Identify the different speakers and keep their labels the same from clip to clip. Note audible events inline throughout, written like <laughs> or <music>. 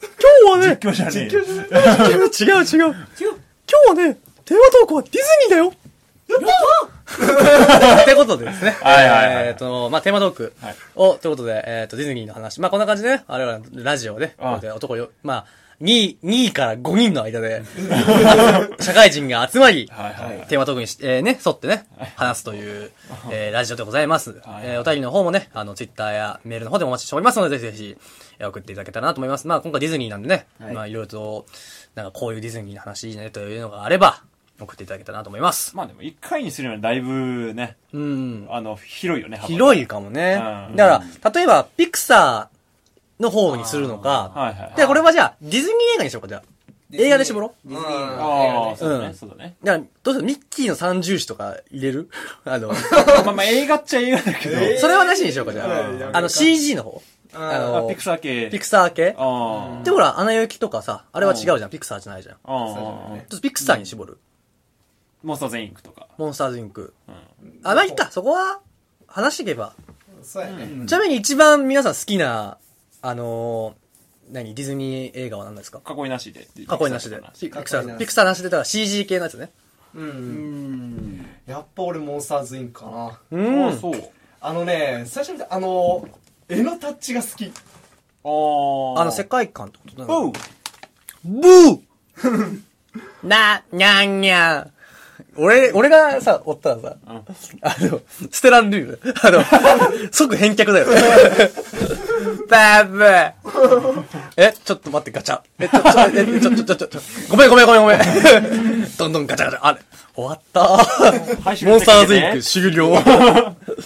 Speaker 1: 実況じゃねえよ。
Speaker 2: 違う違う。違う。今日はね、テーマ投稿はディズニーだよ。 <laughs> ってことでですね。
Speaker 1: はいはいはい
Speaker 2: えっと、まあ、テーマトーク
Speaker 1: はい
Speaker 2: を、ということで、えっと、ディズニーの話。まあ、こんな感じでね、我々のラジオで、こう
Speaker 1: ああ
Speaker 2: やって男よ、まあ、2、2から5人の間で、 <laughs> 社会人が集まり、
Speaker 1: はいはい
Speaker 2: テーマトークにし、えーね、沿ってね、話すという、えーラジオでございます。
Speaker 1: はい
Speaker 2: えーお便りの方もね、あの、ツイッターやメールの方でお待ちしておりますので、ぜひぜひ、えー送っていただけたらなと思います。まあ、今回ディズニーなんでね、まあ、いろいろと、なんかこういうディズニーの話いいねというのがあれば、送っていただけたらなと思います。
Speaker 1: まあでも、一回にするにはだいぶね、
Speaker 2: うん。
Speaker 1: あの、広いよね、幅が
Speaker 2: 広いかもね。
Speaker 1: うん
Speaker 2: だから、例えば、ピクサーの方にするのか、
Speaker 1: はいはいはい
Speaker 2: で、これはじゃあ、ディズニー映画にしようか、じゃあ。映画で絞ろう。
Speaker 3: ディズニーの映画
Speaker 1: あ
Speaker 3: ね
Speaker 1: あ、そうだ
Speaker 2: うん
Speaker 1: ね、そうだね。
Speaker 2: だから、どうするミッキーの三重視とか入れるあの、
Speaker 1: まあまあ、映画っちゃ映画だけど、
Speaker 3: えー
Speaker 2: それはなしにしようか、じゃ
Speaker 3: いやいや
Speaker 2: あ。あの、CG の方。あ
Speaker 3: あ
Speaker 1: あ
Speaker 2: の、
Speaker 1: ピクサー系。
Speaker 2: ピクサー系。
Speaker 1: あ
Speaker 2: で、ほら、アナ雪とかさ、あれは違うじゃん。ピクサーじゃないじゃん。ちょ
Speaker 1: あ、ああ、
Speaker 2: っとピクサーに絞る。
Speaker 1: モンスターズインクとか。
Speaker 2: モンスターズインク。
Speaker 1: うん
Speaker 2: あ、まあいいか、そこは、話していけば。
Speaker 3: そうやね。
Speaker 2: ちなみに一番皆さん好きな、あのー、何、ディズニー映画は何ですか
Speaker 1: 囲いなしでってう。
Speaker 2: 囲いなしで。ピ
Speaker 1: ピ
Speaker 2: ク
Speaker 3: ク
Speaker 2: サ
Speaker 3: サ
Speaker 2: ー
Speaker 3: ー
Speaker 2: なし、
Speaker 3: なし
Speaker 2: ピクサーなしで、だから CG 系のやつね。
Speaker 3: う
Speaker 1: クサー
Speaker 3: ん。
Speaker 1: うん。
Speaker 3: やっぱ俺モンスターズインクかな。
Speaker 2: う
Speaker 1: ああ、
Speaker 2: ん。
Speaker 1: そう。
Speaker 3: あのね、最初にあの、絵のタッチが好き。
Speaker 1: ああ。
Speaker 2: あの、世界観ってことだ
Speaker 1: おう
Speaker 2: ブー <laughs> な、にゃんにゃん。俺、俺がさ、おったらさ、
Speaker 1: ん
Speaker 2: あの、ステランルール。 <laughs> あの、即返却だよ。 <laughs> バーブー。え、ちょっと待って、ガチャ。え、ちょ、ちょ、え、ちょ、ちょ、ちょ、ちょ、ちょごめんごめんごめんごめ <laughs> ん。どんどんガチャガチャ。あれ、終わった <laughs>
Speaker 1: 配信
Speaker 2: モンスターズイ
Speaker 1: だ
Speaker 2: ン
Speaker 1: け
Speaker 2: ク
Speaker 1: ね
Speaker 2: 終了。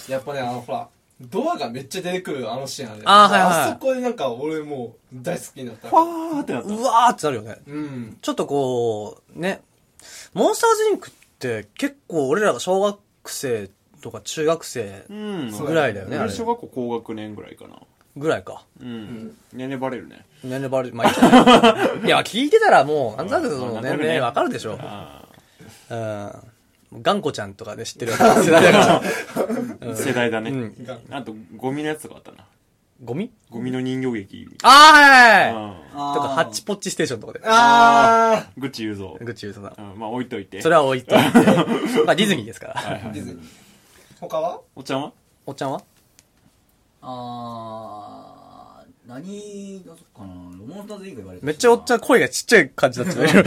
Speaker 3: やっぱね、あのほら、ドアがめっちゃ出てくるあのシーンあるじゃん
Speaker 2: あーはいはい
Speaker 3: あそこでなんか俺もう大好きになった。
Speaker 1: わーってなった。
Speaker 2: うわーってなるよね。
Speaker 3: うん。
Speaker 2: ちょっとこう、ね、モンスターズインクって結構俺らが小学生とか中学生
Speaker 1: うん。
Speaker 3: そう
Speaker 2: ぐらいだよね、あ
Speaker 1: 俺
Speaker 2: れ。
Speaker 1: 小学校高学年ぐらいかな。
Speaker 2: ぐらいか。
Speaker 1: うん。年齢バレるね。
Speaker 2: 年齢バレ、まあ、
Speaker 1: <laughs>
Speaker 2: いいいや、聞いてたらもう、なんとなくその年齢わかるでしょ。
Speaker 1: あ
Speaker 2: うん。頑固ちゃんとかで知ってる世代だから。
Speaker 1: <laughs> あ。世代だ
Speaker 2: う
Speaker 1: ね
Speaker 2: ん。
Speaker 3: が
Speaker 1: あと、ゴミのやつとかあったな。
Speaker 2: ゴミ
Speaker 1: ゴミの人形劇みたい
Speaker 2: あーはいはいはい
Speaker 1: な。うん
Speaker 2: とか、ハッチポッチステーションとかで。
Speaker 3: あ
Speaker 1: グッチ言うぞ。
Speaker 2: ぐちゅうそな
Speaker 1: う。んまあ置いといて。
Speaker 2: それは置
Speaker 1: <laughs>
Speaker 2: いといて。まあ、ディズニーですから。
Speaker 3: ーディズニー。他は
Speaker 1: おっちゃんは
Speaker 2: おっちゃんは
Speaker 4: あー、何がそっかな。モンスターズインク言われて
Speaker 2: めっちゃおっちゃん声がちっちゃい感じだったね。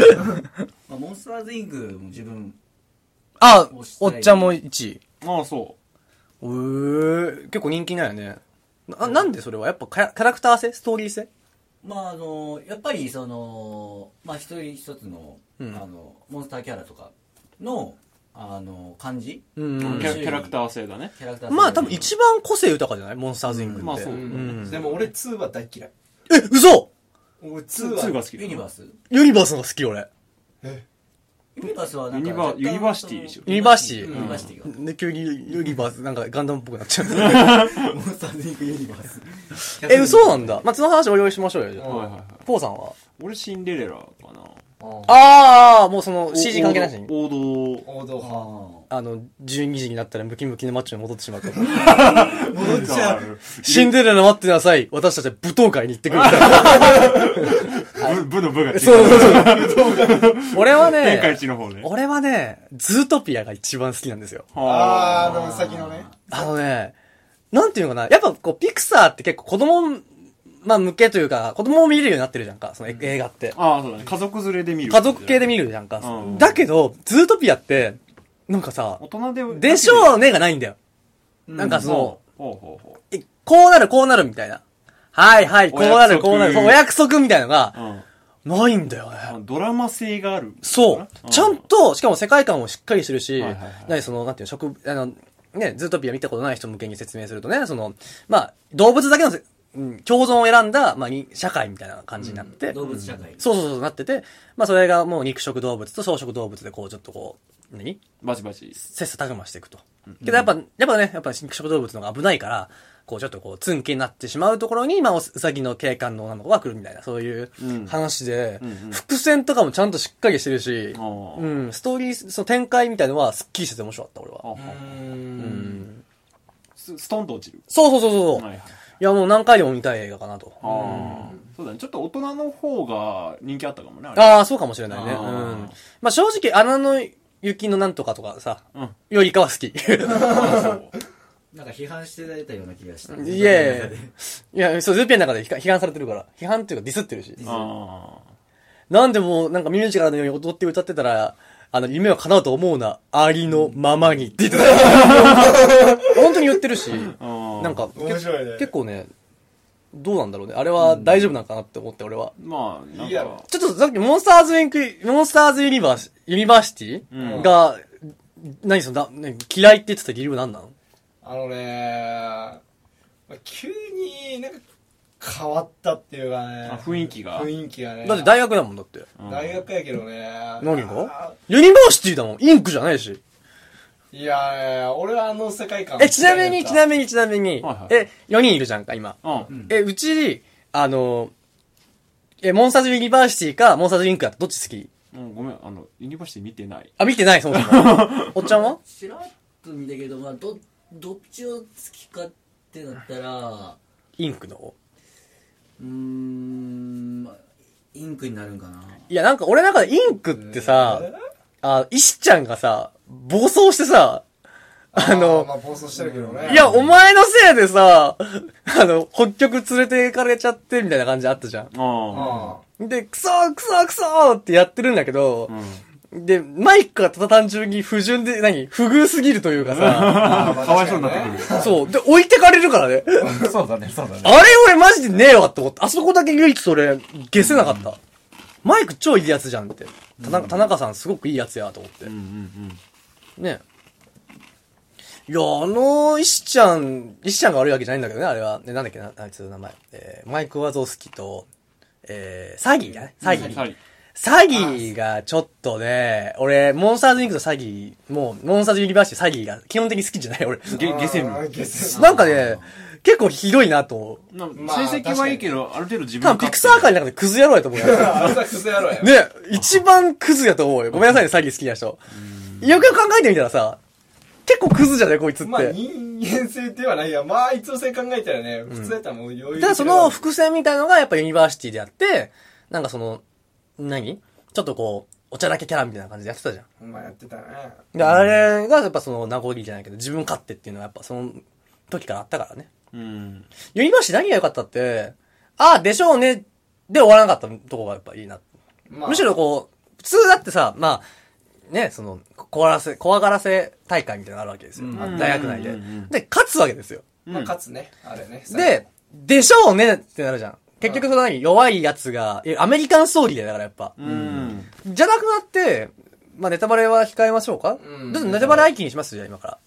Speaker 4: まあ、モンスターズインクも自分、
Speaker 2: <laughs> あ、おっちゃんも1位。
Speaker 1: ああ、そう。
Speaker 2: えー、結構人気なんやね。な、なんでそれはやっぱキャラキャラクター性ストーリー性
Speaker 4: まああの、やっぱりその、まあ一人一つの、
Speaker 2: うん
Speaker 4: あの、モンスターキャラとかの、あの、感じ
Speaker 2: うん
Speaker 1: キ
Speaker 4: うん
Speaker 1: ャキャラクター性だね。
Speaker 4: キャラクター
Speaker 2: まあ多分一番個性豊かじゃないモンスターズインクって。
Speaker 1: まあそう。
Speaker 2: ん
Speaker 3: でも俺2は大嫌い。
Speaker 2: え、嘘
Speaker 3: 俺2
Speaker 1: 2が
Speaker 3: は。
Speaker 1: 好きだ
Speaker 4: ユ
Speaker 1: な。
Speaker 4: ニバース
Speaker 2: ユニバースの方が好き俺。
Speaker 4: ユニバースはな
Speaker 1: ユ
Speaker 4: んか
Speaker 1: ニバ
Speaker 4: 若干
Speaker 1: ユニバーシティでしょ
Speaker 2: ユニバーシティ
Speaker 4: ユニバーシティが。
Speaker 2: で、急にユニバースなんかガンダムっぽくなっちゃ
Speaker 4: <laughs>
Speaker 2: う。
Speaker 4: モンスターズインクユニバ
Speaker 2: <laughs>
Speaker 4: ース。
Speaker 2: え、嘘なんだ。まあその話お用意しましょうよ、じゃ
Speaker 1: はいはいはい。
Speaker 2: あ。ポーさんは
Speaker 1: 俺シンデレラかな。
Speaker 2: ああもうその CG 関係なしに。
Speaker 1: 王道。
Speaker 3: 王道
Speaker 4: あ
Speaker 3: 派。
Speaker 4: ー
Speaker 2: あの、12時になったらムキムキのマッチョに戻ってしまうと。 <laughs>
Speaker 1: 戻っちゃう。
Speaker 2: シンデレラ待ってなさい。私たちは舞踏会に行ってくる。
Speaker 1: ブブのブが。
Speaker 2: <laughs> そうそうそう。 <laughs> 俺は
Speaker 1: 天下
Speaker 2: ね、
Speaker 1: 一の方ね。
Speaker 2: 俺はね、ズートピアが一番好きなんですよ。
Speaker 1: は
Speaker 3: あー、でも先のね。
Speaker 2: あのね、なんていうのかな、やっぱこう、ピクサーって結構子供、まあ向けというか、子供を見れるようになってるじゃんか、そのえ映画って。
Speaker 1: ああ、そうだね。家族連れで見る。
Speaker 2: 家族系で見るじゃんか
Speaker 1: う。ん
Speaker 2: だけど、ズートピアって、なんかさ
Speaker 1: 大、人で。
Speaker 2: でしょうねがないんだよ。なんかその
Speaker 1: ほ、うほうほ
Speaker 2: えこうなる、こうなるみたいな。はいはい、こうなる、
Speaker 1: お約束
Speaker 2: こうなる、そうお約束みた
Speaker 1: う。
Speaker 2: いなの
Speaker 1: う
Speaker 2: が、
Speaker 1: ん
Speaker 2: ないんだよね。
Speaker 1: あ。ドラマ性がある。
Speaker 2: そうう。
Speaker 1: ん
Speaker 2: ちゃんと、しかも世界観もしっかりしてるし、
Speaker 1: はいはいはい
Speaker 2: 何その、なんていうの、植、あの、ね、ズートピア見たことない人向けに説明するとね、その、まあ、動物だけのせ、うん共存を選んだ、まあ、に社会みたいな感じになって、
Speaker 4: 動物社会。
Speaker 2: そうそうそうなってて、まあ、それがもう肉食動物と草食動物で、こう、ちょっとこう、何
Speaker 1: バチバチ。
Speaker 2: 切磋琢磨していくと。けどやっぱ、やっぱね、やっぱ肉食動物の方が危ないから、こうちょっとこう、ツンケになってしまうところに、まあ、うさぎの警官の女の子が来るみたいな、そういう
Speaker 1: うん
Speaker 2: 話で、
Speaker 1: うんうん
Speaker 2: 伏線とかもちゃんとしっかりしてるし、
Speaker 1: あー
Speaker 2: うん、ストーリー、その展開みたいのはスッキリしてて面白かった、俺
Speaker 1: あ
Speaker 2: は。
Speaker 1: は
Speaker 3: う。
Speaker 2: うんん。
Speaker 1: スストンと落ちる。
Speaker 2: そうそうそうそ
Speaker 1: はい
Speaker 2: う。い、
Speaker 1: はい。
Speaker 2: や、もう何回でも見たい映画かなと。
Speaker 1: あそうだね。ちょっと大人の方が人気あったかもね、あれ。
Speaker 2: ああ、そうかもしれないね。う
Speaker 1: あー
Speaker 2: ん。まあ正直、穴の雪のなんとかとかさ、
Speaker 1: うん
Speaker 2: よりかは好き。い
Speaker 4: なんか批判していただいたような気がした。
Speaker 2: やいやいや。いや、そう、ズーピアの中で批判批判されてるから、批判っていうかディスってるし。
Speaker 1: あ
Speaker 2: なんでも、なんかミュージカルのように踊って歌ってたら、あの、夢は叶うと思うな、ありのままにって言ってた。本当に言ってるし、
Speaker 1: あ。
Speaker 2: なん。か、
Speaker 3: 面白いね
Speaker 2: 結構ね、どうなんだろうね。あれは大丈夫なんかなって思って、俺は。
Speaker 1: まあ、なん
Speaker 3: いいや
Speaker 1: か
Speaker 3: ろ。
Speaker 2: ちょっとさっきモンスターズインク、モンスターズユニバーシ、ユニバーシティが、何その、だ何嫌いって言ってた理由は何なの
Speaker 3: あのね、まあ急になんか変わったっていうかね
Speaker 1: あ。雰囲気が
Speaker 3: 雰囲気がね。
Speaker 2: だって大学だもんだって。
Speaker 3: 大学やけどね。
Speaker 2: 何
Speaker 3: あ
Speaker 2: がユニバーシティだもん。インクじゃないし。
Speaker 3: ーいやいや、俺はあの世界観。
Speaker 2: え、ちなみに、ちな
Speaker 3: み
Speaker 2: みに、ちなみに
Speaker 1: はいは、い
Speaker 2: え、4人いるじゃんか、今。
Speaker 1: うん。
Speaker 2: え、うち、あの、え、モンスターズユニバーシティか、モンスターズインクだとどっち好き
Speaker 1: うん、ごめん、あの、ユニバーシティ見てない。
Speaker 2: あ、見てない、そも
Speaker 1: <laughs>
Speaker 2: そも。おっちゃんは
Speaker 4: ちらっと見たけど、まあ、ど、どっちを好きかってなったら、
Speaker 2: インクの方
Speaker 4: うーん、まあインクになるんかな。
Speaker 2: いや、なんか俺の中でインクってさ、あ、石ちゃんがさ、暴走してさ、あの、
Speaker 3: まあ、暴走してるけどね。
Speaker 2: いや、お前のせいでさ、あの、北極連れて行かれちゃって、みたいな感じあったじゃ
Speaker 1: あ
Speaker 3: あ
Speaker 2: ん。で、クソークソークソーってやってるんだけど
Speaker 1: あ。う、ん。
Speaker 2: で、マイクがただ単純に不純で、何不遇すぎるというかさ、
Speaker 3: あ
Speaker 1: かわいそうになってくる。
Speaker 2: そう。で、置いてかれるからね。
Speaker 5: そうだね、そうだね。
Speaker 2: あれ俺マジでねえわって思った。あそこだけ唯一俺、消せなかった。マイク超いいやつじゃんって。田中田中さんすごくいいやつやと思って
Speaker 1: うん。うん
Speaker 2: ねいや、あの、石ちゃん、石ちゃんが悪いわけじゃないんだけどね、あれは。ね、なんだっけな、あいつの名前。えーマイク・ワゾフスキと、えー、サギーだね。サギ
Speaker 1: うん。
Speaker 2: ー。
Speaker 1: はい。
Speaker 2: サギーがちょっとね、俺、モンスターズインクとサギー、もう、モンスターズユニバーシティサギーが基本的に好きじゃない、俺。
Speaker 1: ゲ、ゲセム。
Speaker 3: あーゲセム。
Speaker 2: なんかね、結構ひどいなと思う。
Speaker 1: な
Speaker 3: まあ
Speaker 1: 成績はいいけど、ある程度自分
Speaker 2: 多分、
Speaker 1: 勝
Speaker 2: ピ
Speaker 1: 手
Speaker 2: クサー界の中でクズ野郎やと
Speaker 3: <laughs>
Speaker 2: 思うよ。
Speaker 3: あんたクズ野郎や。
Speaker 2: ね、一番クズやと思うよ。ごめんなさいね、サギー好きな人。よくよく考えてみたらさ、結構クズじゃね、こいつって。
Speaker 3: まあ人間性ではないや。まあいつの性考えたらね、普通やったらもう余裕で
Speaker 2: ただその伏線みたいのがやっぱユニバーシティであって、なんかその、何ちょっとこう、おちゃらけキャラみたいな感じでやってたじゃん。
Speaker 3: まあやってたね。
Speaker 2: で、あれがやっぱその名残じゃないけど、自分勝手っていうのはやっぱその時からあったからね。
Speaker 1: うん。
Speaker 2: ユニバーシティ何が良かったって、ああ、でしょうね、で終わらなかったとこがやっぱいいな。
Speaker 3: まあ、
Speaker 2: むしろこう、普通だってさ、まあ、ね、その、怖がらせ、怖がらせ大会みたいなのあるわけですよ。あの大学内で
Speaker 1: うんうんうん。
Speaker 2: で、勝つわけですよ。
Speaker 3: まあ勝つね。あれね。
Speaker 2: で、でしょうねってなるじゃん。結局その何弱いやつが、えアメリカンストーリーだよだからやっぱ。
Speaker 1: うん。
Speaker 2: じゃなくなって、まあネタバレは控えましょうか
Speaker 3: うん
Speaker 2: ちょっとネタバレありきにしますじゃあ今から。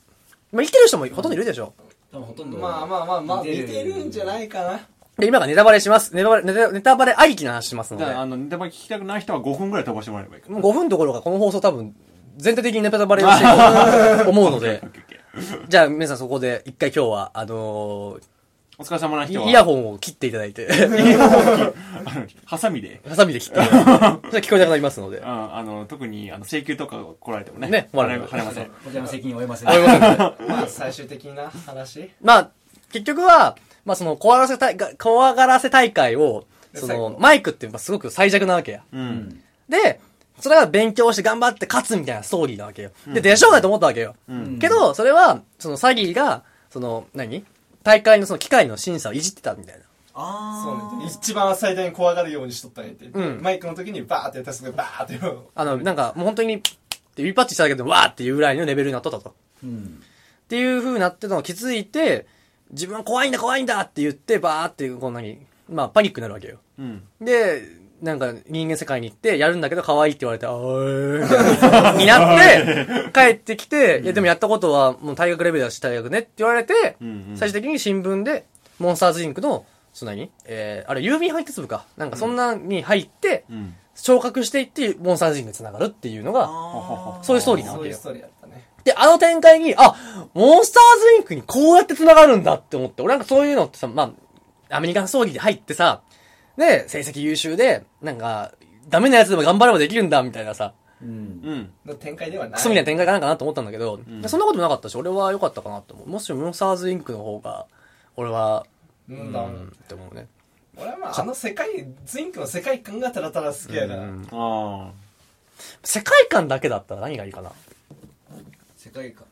Speaker 2: まあ生きてる人もほとんどいるでしょ。
Speaker 4: 多分ほとんど。
Speaker 3: まあまあまあまあ、似てるんじゃないかな。
Speaker 2: で、今からネタバレします。ネタバレ、ネタネタバレありきの話しますの
Speaker 1: じ
Speaker 2: で。
Speaker 1: ゃあ、あの、ネタバレ聞きたくない人は5分ぐらい飛ばしてもらえればいいか
Speaker 2: もう5分どころかこの放送多分、全体的にネタバレをしていこうと
Speaker 1: <laughs>
Speaker 2: 思うので
Speaker 1: オッ。ケーオッケー
Speaker 2: じゃあ皆さんそこで一回今日は、あの
Speaker 1: お疲れ様な人
Speaker 2: ー、
Speaker 1: は。
Speaker 2: イイヤホンを切っていた
Speaker 1: <laughs>
Speaker 2: だいて、
Speaker 1: あのハサミで。
Speaker 2: ハサミで切っていただいて、それ聞こえなくなりますので
Speaker 1: うん、。あの、特に、あの、請求とか来られてもね。
Speaker 2: ね
Speaker 1: 払え、払えません。
Speaker 4: こちらの責任を負えません。
Speaker 2: 思いますので。
Speaker 3: まあ最終的な話。
Speaker 2: まあ、結局は、まあその、怖がらせ大会、怖がらせ大会を、そ
Speaker 3: 最後
Speaker 2: の、マイクってまあすごく最弱なわけや。
Speaker 1: うん。
Speaker 2: で、それは勉強して頑張って勝つみたいなストーリーなわけよ。で、でしょうねと思ったわけよ。
Speaker 1: ん
Speaker 2: けど、それは、その、詐欺が、その、何大会のその機械の審査をいじってたみたいな。
Speaker 4: あ
Speaker 3: そうね。一番最大に怖がるようにしとったんやって。
Speaker 2: うん
Speaker 3: マイクの時にバーってやったらすぐバーって。
Speaker 2: あの、なんか、もう本当に、って指パッチしただけでも、わーっていうぐらいのレベルになっとったと。
Speaker 4: あ。うん。
Speaker 2: っていう風になってたのを気づいて、自分は怖いんだ怖いんだって言って、バーって、こう何まあ、パニックになるわけよ。
Speaker 1: うん。
Speaker 2: で、なんか人間世界に行って、やるんだけど可愛いって言われて、あーいみたいなになって、帰ってきて、いやでもやったことはもう大学レベルだし大学ねって言われて、
Speaker 1: うんうん
Speaker 2: 最終的に新聞で、モンスターズインクの、その何えー、あれ郵便配達部か。なんかそんなに入って、
Speaker 1: うん。
Speaker 2: 昇格していって、モンスターズインクに繋がるっていうのが、
Speaker 1: ほほほ
Speaker 2: そういうストーリーなわ
Speaker 3: そう
Speaker 2: け
Speaker 3: いう
Speaker 2: よ
Speaker 3: ス。トーリーやったね。
Speaker 2: で、あの展開に、あ、モンスターズインクにこうやって繋がるんだって思って、俺なんかそういうのってさ、まあ、アメリカン葬儀で入ってさ、で、成績優秀で、なんか、ダメなやつでも頑張ればできるんだ、みたいなさ、
Speaker 4: うん。
Speaker 1: うん。
Speaker 3: の展開ではない。
Speaker 2: クソみたいな展開かなんかなと思ったんだけど、
Speaker 1: ん
Speaker 2: そんなこともなかったし、俺は良かったかなって思う。もしモンスターズインクの方が、俺は、
Speaker 3: うん
Speaker 2: うん、って思うね。
Speaker 3: 俺はまああの世界ズインクの世界観がたらたら好きやから、
Speaker 1: あ
Speaker 2: 世界観だけだったら何がいいかな
Speaker 4: 世界観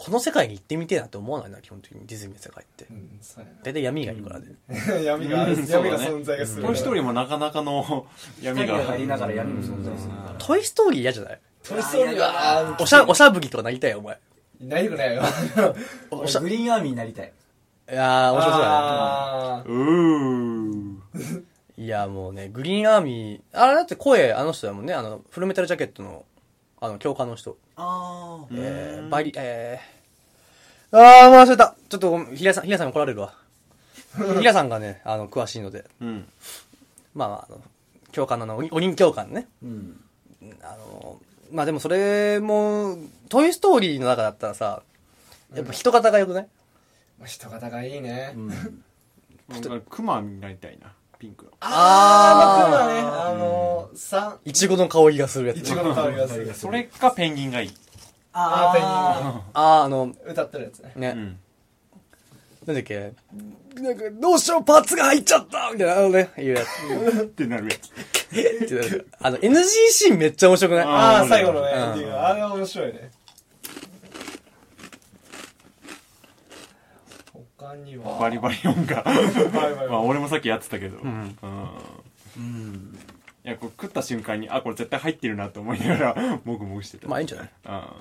Speaker 2: この世界に行ってみてえなって思わないな、基本的に。ディズニーの世界って
Speaker 3: う。んそうや
Speaker 2: 大体闇がいるからで。
Speaker 3: な <laughs> 闇がある
Speaker 1: うん
Speaker 3: 闇が
Speaker 1: そうだね
Speaker 3: 存在がす
Speaker 1: あ
Speaker 3: る
Speaker 1: この一人もなかなかの闇
Speaker 4: 光
Speaker 1: が
Speaker 4: が入りながら闇も存在するから
Speaker 2: トイストーリー嫌じゃない
Speaker 3: トイストーリーは
Speaker 2: おしゃ、おしゃぶりとかなりたいよ、お前。
Speaker 3: なりたくないよ
Speaker 2: お
Speaker 4: 俺
Speaker 2: しゃ、い
Speaker 4: グリーンアーミーになりたい
Speaker 2: やー、面白そうだね。
Speaker 3: あー
Speaker 1: うー
Speaker 2: いや、もうね、グリーンアーミー、あれだって声、あの人だもんね、あの、フルメタルジャケットの、あの、教官の人。
Speaker 4: ああ
Speaker 2: えー、バリ、えー、あー、もう忘れた。ちょっとごめん、ヒラさん、ヒラさんに怒られ <laughs> るわ。ヒラさんがね、あの、詳しいので。
Speaker 1: うん
Speaker 2: まあまあ、あの、教官のあの、お人教官ね。
Speaker 4: うん
Speaker 2: あの、まあでもそれも、トイストーリーの中だったらさ、やっぱ人型が良くない、
Speaker 3: まあ人型がいいね、
Speaker 1: クマになりたいなピンクの
Speaker 3: あーま
Speaker 2: あ
Speaker 3: あ僕はねあのさ
Speaker 2: いちごの香りがするや
Speaker 3: い
Speaker 2: つ
Speaker 3: ち。ごの香りがする
Speaker 1: それかペンギンがいい
Speaker 3: あ
Speaker 4: あ
Speaker 3: ーペンギン
Speaker 2: あー、あの、
Speaker 3: 歌ってるやつね。
Speaker 2: ね、
Speaker 1: うん
Speaker 2: なんだっけ、なんか、どうしよう、パーツが入っちゃったみたいな、あのね、いうや
Speaker 1: ってなるやつ
Speaker 2: つ。あの、NG シーンめっちゃ面白くない
Speaker 1: あ
Speaker 3: あ
Speaker 1: う
Speaker 3: あ、
Speaker 1: ん
Speaker 3: 最後のね、
Speaker 2: うん
Speaker 3: エンディングあれは面白いね。他には。
Speaker 1: バリバリ音が
Speaker 3: バリバリ
Speaker 1: まあ俺もさっきやってたけどうんんいやこう食った瞬間にあこれ絶対入ってるなと思いながら <laughs> もぐもぐしてた
Speaker 2: まあいいんじゃない
Speaker 1: あ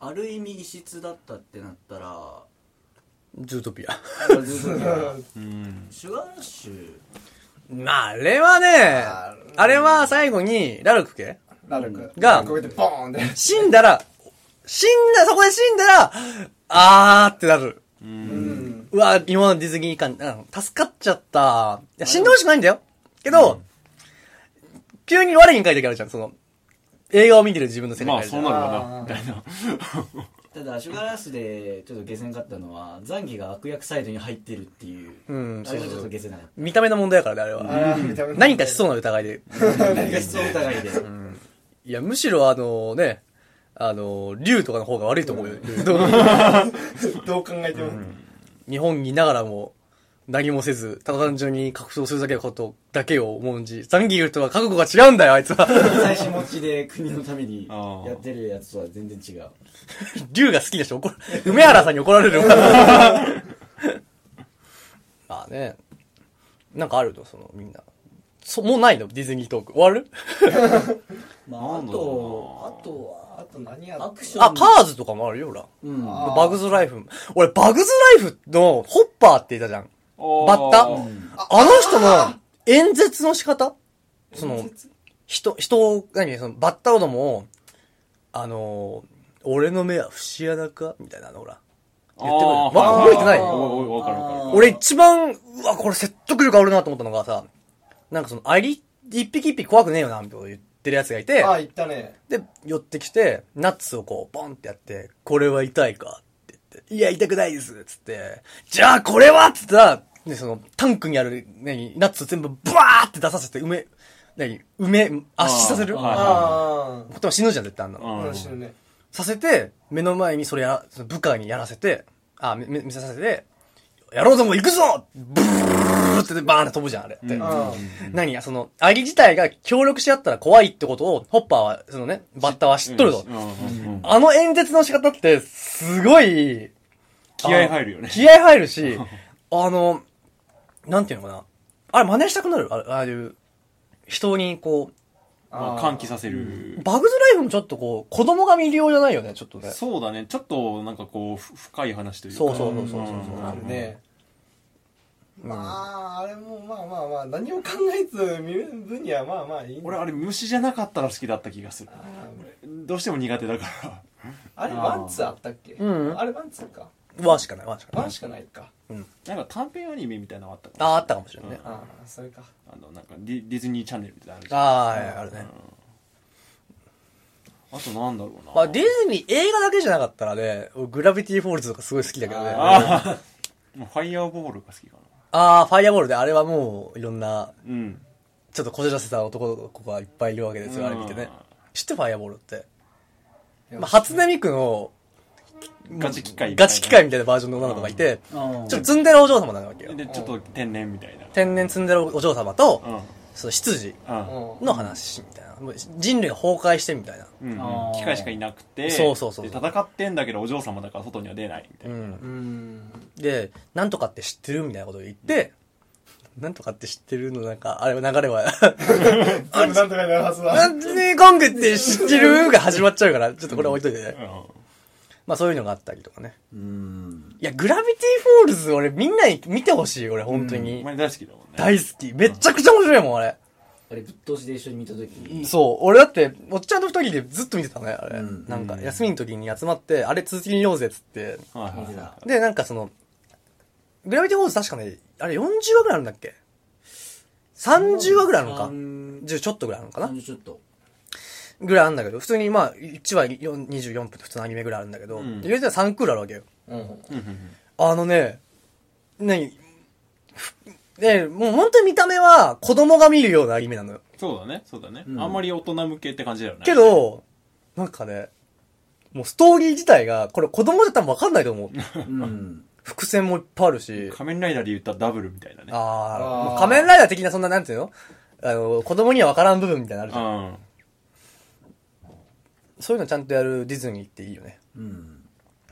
Speaker 4: あある意味異質だったってなったら
Speaker 2: ズートピア。
Speaker 4: ずっと
Speaker 1: うん
Speaker 4: シュガーラッシュ
Speaker 2: まあ、あれはね、
Speaker 3: あー
Speaker 2: あれは最後に、ラルク系
Speaker 3: ラルク。
Speaker 2: が
Speaker 3: こうやってボーンって。
Speaker 2: 死んだら、死んだ、そこで死んだら、あーってなる。
Speaker 3: うん。
Speaker 2: うわ、今のディズニー感、うん助かっちゃった。いや、死んでほしくないんだよ。けど、急に我に返る時あるじゃん、その、映画を見てる自分の世界
Speaker 1: ま
Speaker 2: に
Speaker 1: あ
Speaker 2: 返
Speaker 1: そう
Speaker 2: るじゃ
Speaker 1: んなるわな
Speaker 3: あー
Speaker 1: みたいな
Speaker 4: ただシュガーラッシュでちょっと下船かったのはザンギが悪役サイドに入ってるっていう
Speaker 2: うん
Speaker 4: あれがちょっと下船なかっ
Speaker 2: 見た目の問題だからね、あ
Speaker 3: あ
Speaker 2: れは。
Speaker 3: ら、見た目
Speaker 2: 何かしそうな疑いで。
Speaker 4: た何か質問疑いで
Speaker 2: いや、むしろあのね、あの、竜とかの方が悪いと思うよ。
Speaker 3: どう考えても。
Speaker 2: 日本にいながらも、何もせず、ただ単純に格闘するだけのことだけを思うんじ、ザンギールとは覚悟が違うんだよ、あいつは。 <laughs>
Speaker 4: 最新持ちで国のためにやってるやつとは全然違う
Speaker 2: 竜が好きな人怒る、梅原さんに怒られ <laughs> るわまあね。なんかあるのその、みんな。そ、もうないのディズニートーク。終わる
Speaker 4: まあ、あ
Speaker 1: なんだろ
Speaker 4: と、あと
Speaker 3: あと何や
Speaker 4: は、ア
Speaker 3: っ
Speaker 4: クション。
Speaker 2: あ、カーズとかもあるよ、ほら。
Speaker 4: うん。
Speaker 3: あー
Speaker 2: バグズライフ。俺、バグズライフのホッパーっていたじゃん。バッタあの人の演説の仕方その、人、人を、何その、バッターどもを、あのー俺の目は節穴かみたいなの、ほら。言って
Speaker 1: あ
Speaker 2: くる。わ
Speaker 1: ーはい
Speaker 2: 覚えてない
Speaker 1: おいおいわかるわかる
Speaker 2: 俺一番、うわ、これ説得力あるなと思ったのがさ、なんかその、アリ、一匹一匹怖くねえよな、みたいなこと言ってるやつがいて
Speaker 3: た、あ、言ったね。
Speaker 2: で、寄ってきて、ナッツをこう、ボンってやって、これは痛いかって言って、いや、痛くないですつって、じゃあこれはっつったら、ね、その、タンクにある、何、ナッツを全部、ブワーって出させて、埋め、何、埋め、圧死させる
Speaker 1: あー
Speaker 2: ほ
Speaker 3: あ
Speaker 2: んとは死ぬじゃん、絶対あんなの。
Speaker 3: あ。
Speaker 1: う
Speaker 3: うんん、死ぬね。
Speaker 2: させて、目の前にそれやら、その部下にやらせて、あ、め、め見せさせて、やろうぞもう行くぞブーってバーンって飛ぶじゃん、あれって。
Speaker 1: うん
Speaker 3: あ
Speaker 2: 何や、その、アリ自体が協力し合ったら怖いってことを、ホッパーは、そのね、バッターは知っとると
Speaker 1: う。んうんうん
Speaker 2: あの演説の仕方って、すごい、
Speaker 1: 気合入るよね
Speaker 2: 気合入るし、 <laughs> あの、なんていうのかな。あれ真似したくなるあれああいう、人にこ
Speaker 1: まあ
Speaker 3: ー
Speaker 1: 歓喜させる
Speaker 2: う、バグズライフもちょっとこう、子供が魅了じゃないよね、ちょっとね。
Speaker 1: そうだねちょっとなんかこうふ深い話というか
Speaker 2: そうそうそうそうそう
Speaker 1: うん
Speaker 3: あるね。
Speaker 2: うん
Speaker 3: まあ、あれもまあまあまあ、何を考えず見る分にはまあまあいいんだ
Speaker 1: 俺あれ虫じゃなかったら好きだった気がする
Speaker 3: あー
Speaker 1: どうしても苦手だから <laughs>
Speaker 3: あれワンツーあったっけ
Speaker 2: うん
Speaker 3: あれワンツーか。
Speaker 2: ワンしかない、ワンしかな
Speaker 3: ワ
Speaker 2: い
Speaker 3: ン。しかないか。
Speaker 1: なんか短編アニメみたいなのあったか
Speaker 2: ああ、あったかもしれないね。
Speaker 1: うん
Speaker 3: ああ、それか。
Speaker 1: あのなんかディディズニーチャンネルみたいなのあるじゃんあ
Speaker 2: ああ、あるね。
Speaker 1: となんだろうな、
Speaker 2: まあ、ディズニー映画だけじゃなかったらね、俺グラビティフォールズとかすごい好きだけどね。あ <laughs>
Speaker 1: あーもうファイヤーボールが好きか
Speaker 2: あー、ファイアボールで、あれはもう、いろんな、
Speaker 1: なうん
Speaker 2: ちょっとこじらせた男の子がいっぱいいるわけですよ、あれ見てね。知ってファイアボールって。まあ、初音ミクの
Speaker 1: ガチ機械みたいな
Speaker 2: ガチ機械みたいなバージョンの女の子がいて、
Speaker 4: うん
Speaker 2: ちょっとツンデレお嬢様なわけよ。
Speaker 1: でちょっと天然みたいな
Speaker 2: 天然ツンデレお嬢様と
Speaker 1: う、ん
Speaker 2: その執事
Speaker 1: うん
Speaker 3: うん
Speaker 2: の話みたいな。もう人類が崩壊してみたいな。
Speaker 1: うん
Speaker 4: あー
Speaker 1: 機械しかいなくて
Speaker 2: そうそうそう
Speaker 1: で戦ってんだけどお嬢様だから外には出ないみた
Speaker 2: う
Speaker 1: いなん
Speaker 3: う。ん
Speaker 2: で、なんとかって知ってるみたいなことを言って、なんとかって知ってるのなんか、あれ、流れは、
Speaker 3: 全部なんとかになるはずだ
Speaker 2: なんでゴングって知ってるが始まっちゃうから、ちょっとこれ置いといてね。まあそういうのがあったりとかね。
Speaker 4: うん
Speaker 2: いや、グラビティフォールズ俺みんなに見てほしい、俺本当
Speaker 1: うんお
Speaker 2: に。
Speaker 1: 前大好きだもんね
Speaker 2: 大好き。めちゃくちゃ面白いもん、あれ。
Speaker 4: あれぶっ通しで一緒に見た時に
Speaker 2: そう。俺だって、おっちゃんと二人でずっと見てたね、あれ。
Speaker 4: うん
Speaker 2: なんか、休みの時に集まって、あれ続き見ようぜっつって。
Speaker 1: はい
Speaker 4: 見てた
Speaker 2: で、なんかその、グラビティフォールズ確かね、あれ40話ぐらいあるんだっけ ?30 話ぐらいあるのか。
Speaker 3: うん
Speaker 2: 10ちょっとぐらいあるのかな
Speaker 4: 30ちょっと
Speaker 2: ぐらいあるんだけど、普通にまあ、1話4 24分って普通のアニメぐらいあるんだけど、
Speaker 1: うん
Speaker 2: 言うてたら3クールあるわけよ。
Speaker 3: うん
Speaker 1: うんうんうん
Speaker 2: あのね、何ふね、もう本当に見た目は子供が見るようなアニメなのよ。
Speaker 1: そうだねそうだね
Speaker 4: うん
Speaker 1: あんまり大人向けって感じだよね
Speaker 2: けど、なんかね、もうストーリー自体が、これ子供じゃ多分わかんないと思う。 <laughs>
Speaker 4: うん
Speaker 2: 伏線もいっぱいあるし、
Speaker 1: 仮面ライダーで言ったらダブルみたいなね
Speaker 2: あ
Speaker 3: あー
Speaker 2: ーもう仮面ライダー的なそんななんていうのあの、子供にはわからん部分みたいなのあるじゃん。
Speaker 1: うん
Speaker 2: そういうのちゃんとやるディズニーっていいよね。
Speaker 4: うん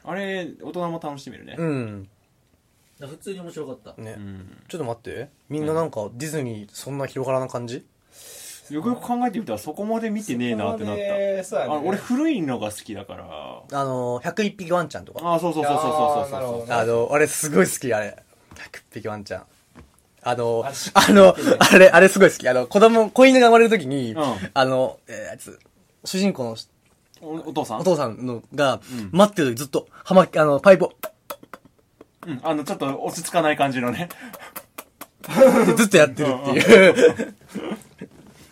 Speaker 1: あれ大人も楽しめるね
Speaker 2: うん。
Speaker 4: だから普通に面白かった
Speaker 2: ね。
Speaker 1: うん
Speaker 2: ちょっと待って。みんななんかディズニーそんな広がらな感じ
Speaker 1: よくよく考えてみたらそこまで見てねえなってなった
Speaker 3: たそう
Speaker 1: あ
Speaker 3: やね
Speaker 1: の俺古いのが好きだから
Speaker 2: あの、101匹ワンちゃんとか。
Speaker 1: あそうそうそうそうそう
Speaker 3: あーなるほ
Speaker 1: そう
Speaker 3: どね
Speaker 2: あの、あれすごい好き、あれ。100匹ワンちゃん。あの、
Speaker 3: あ
Speaker 2: あの、あれ、あれすごい好き。あの、子供、子犬が生まれるときに、
Speaker 1: うん
Speaker 2: あの、えーあいつ、主人公の
Speaker 1: おお父さん
Speaker 2: お父さんのが
Speaker 1: うん、
Speaker 2: 待ってるときずっと、はま、あの、パイプを、
Speaker 1: うんあのちょっと落ち着かない感じのね <laughs>
Speaker 2: ってずっとやってるっていう。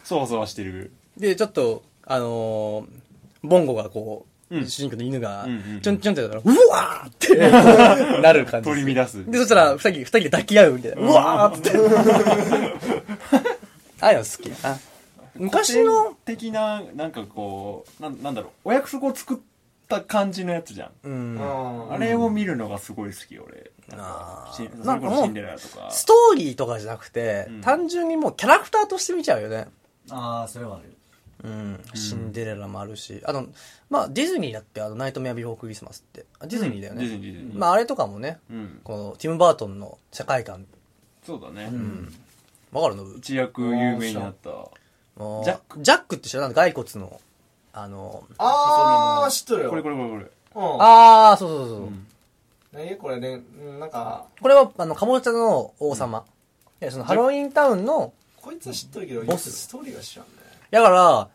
Speaker 1: そわそわしてる
Speaker 2: <laughs> で、ちょっと、あのーボンゴがこう、
Speaker 1: うん
Speaker 2: 主人公の犬が
Speaker 1: うんうんうん、
Speaker 2: ちょんちょんってやったら、うわーってなる感じです。
Speaker 1: 取り乱す
Speaker 2: で、そしたら、二人、二人で抱き合うみたいな。うわーっつって。 <laughs> ああいうの好き。あ昔の、
Speaker 1: 的ななんかこうなんなんだろうお約束を作った感じのやつじゃん、
Speaker 2: うん。
Speaker 3: うん
Speaker 1: あれを見るのがすごい好き俺なん
Speaker 2: あ
Speaker 1: か
Speaker 2: ー
Speaker 1: シンそ
Speaker 2: な
Speaker 1: れ
Speaker 2: んか
Speaker 1: こ
Speaker 2: もう
Speaker 1: そシンデレラとか
Speaker 2: ストーリーとかじゃなくて、
Speaker 1: うん
Speaker 2: 単純にもうキャラクターとして見ちゃうよね。
Speaker 4: ああそれはある
Speaker 2: うん。シンデレラもあるし、あの、まあ、ディズニーだっけあの、ナイトメアビフォークリスマスって。あディズニーだよね。
Speaker 1: ディズニーディズニー、
Speaker 2: まあ、あれとかもね、
Speaker 1: うん、
Speaker 2: この、ティム・バートンの世界観。
Speaker 1: そうだね、
Speaker 4: うん
Speaker 2: わかるの
Speaker 1: 一躍有名になったこ
Speaker 2: もう
Speaker 1: ジャック
Speaker 2: ジャックって知らない骸骨の、あの、
Speaker 3: あー知っとるよ
Speaker 1: れこれこれこれ
Speaker 3: うん
Speaker 2: ああ、そうそうそうそう、
Speaker 1: ん
Speaker 3: 何これねうんなんか
Speaker 2: これは、あの、カボチャの王様。いやそのハロウィンタウンの、
Speaker 3: こいつは知っとるけど
Speaker 2: ボス
Speaker 3: ストーリーは知らんね
Speaker 2: だから、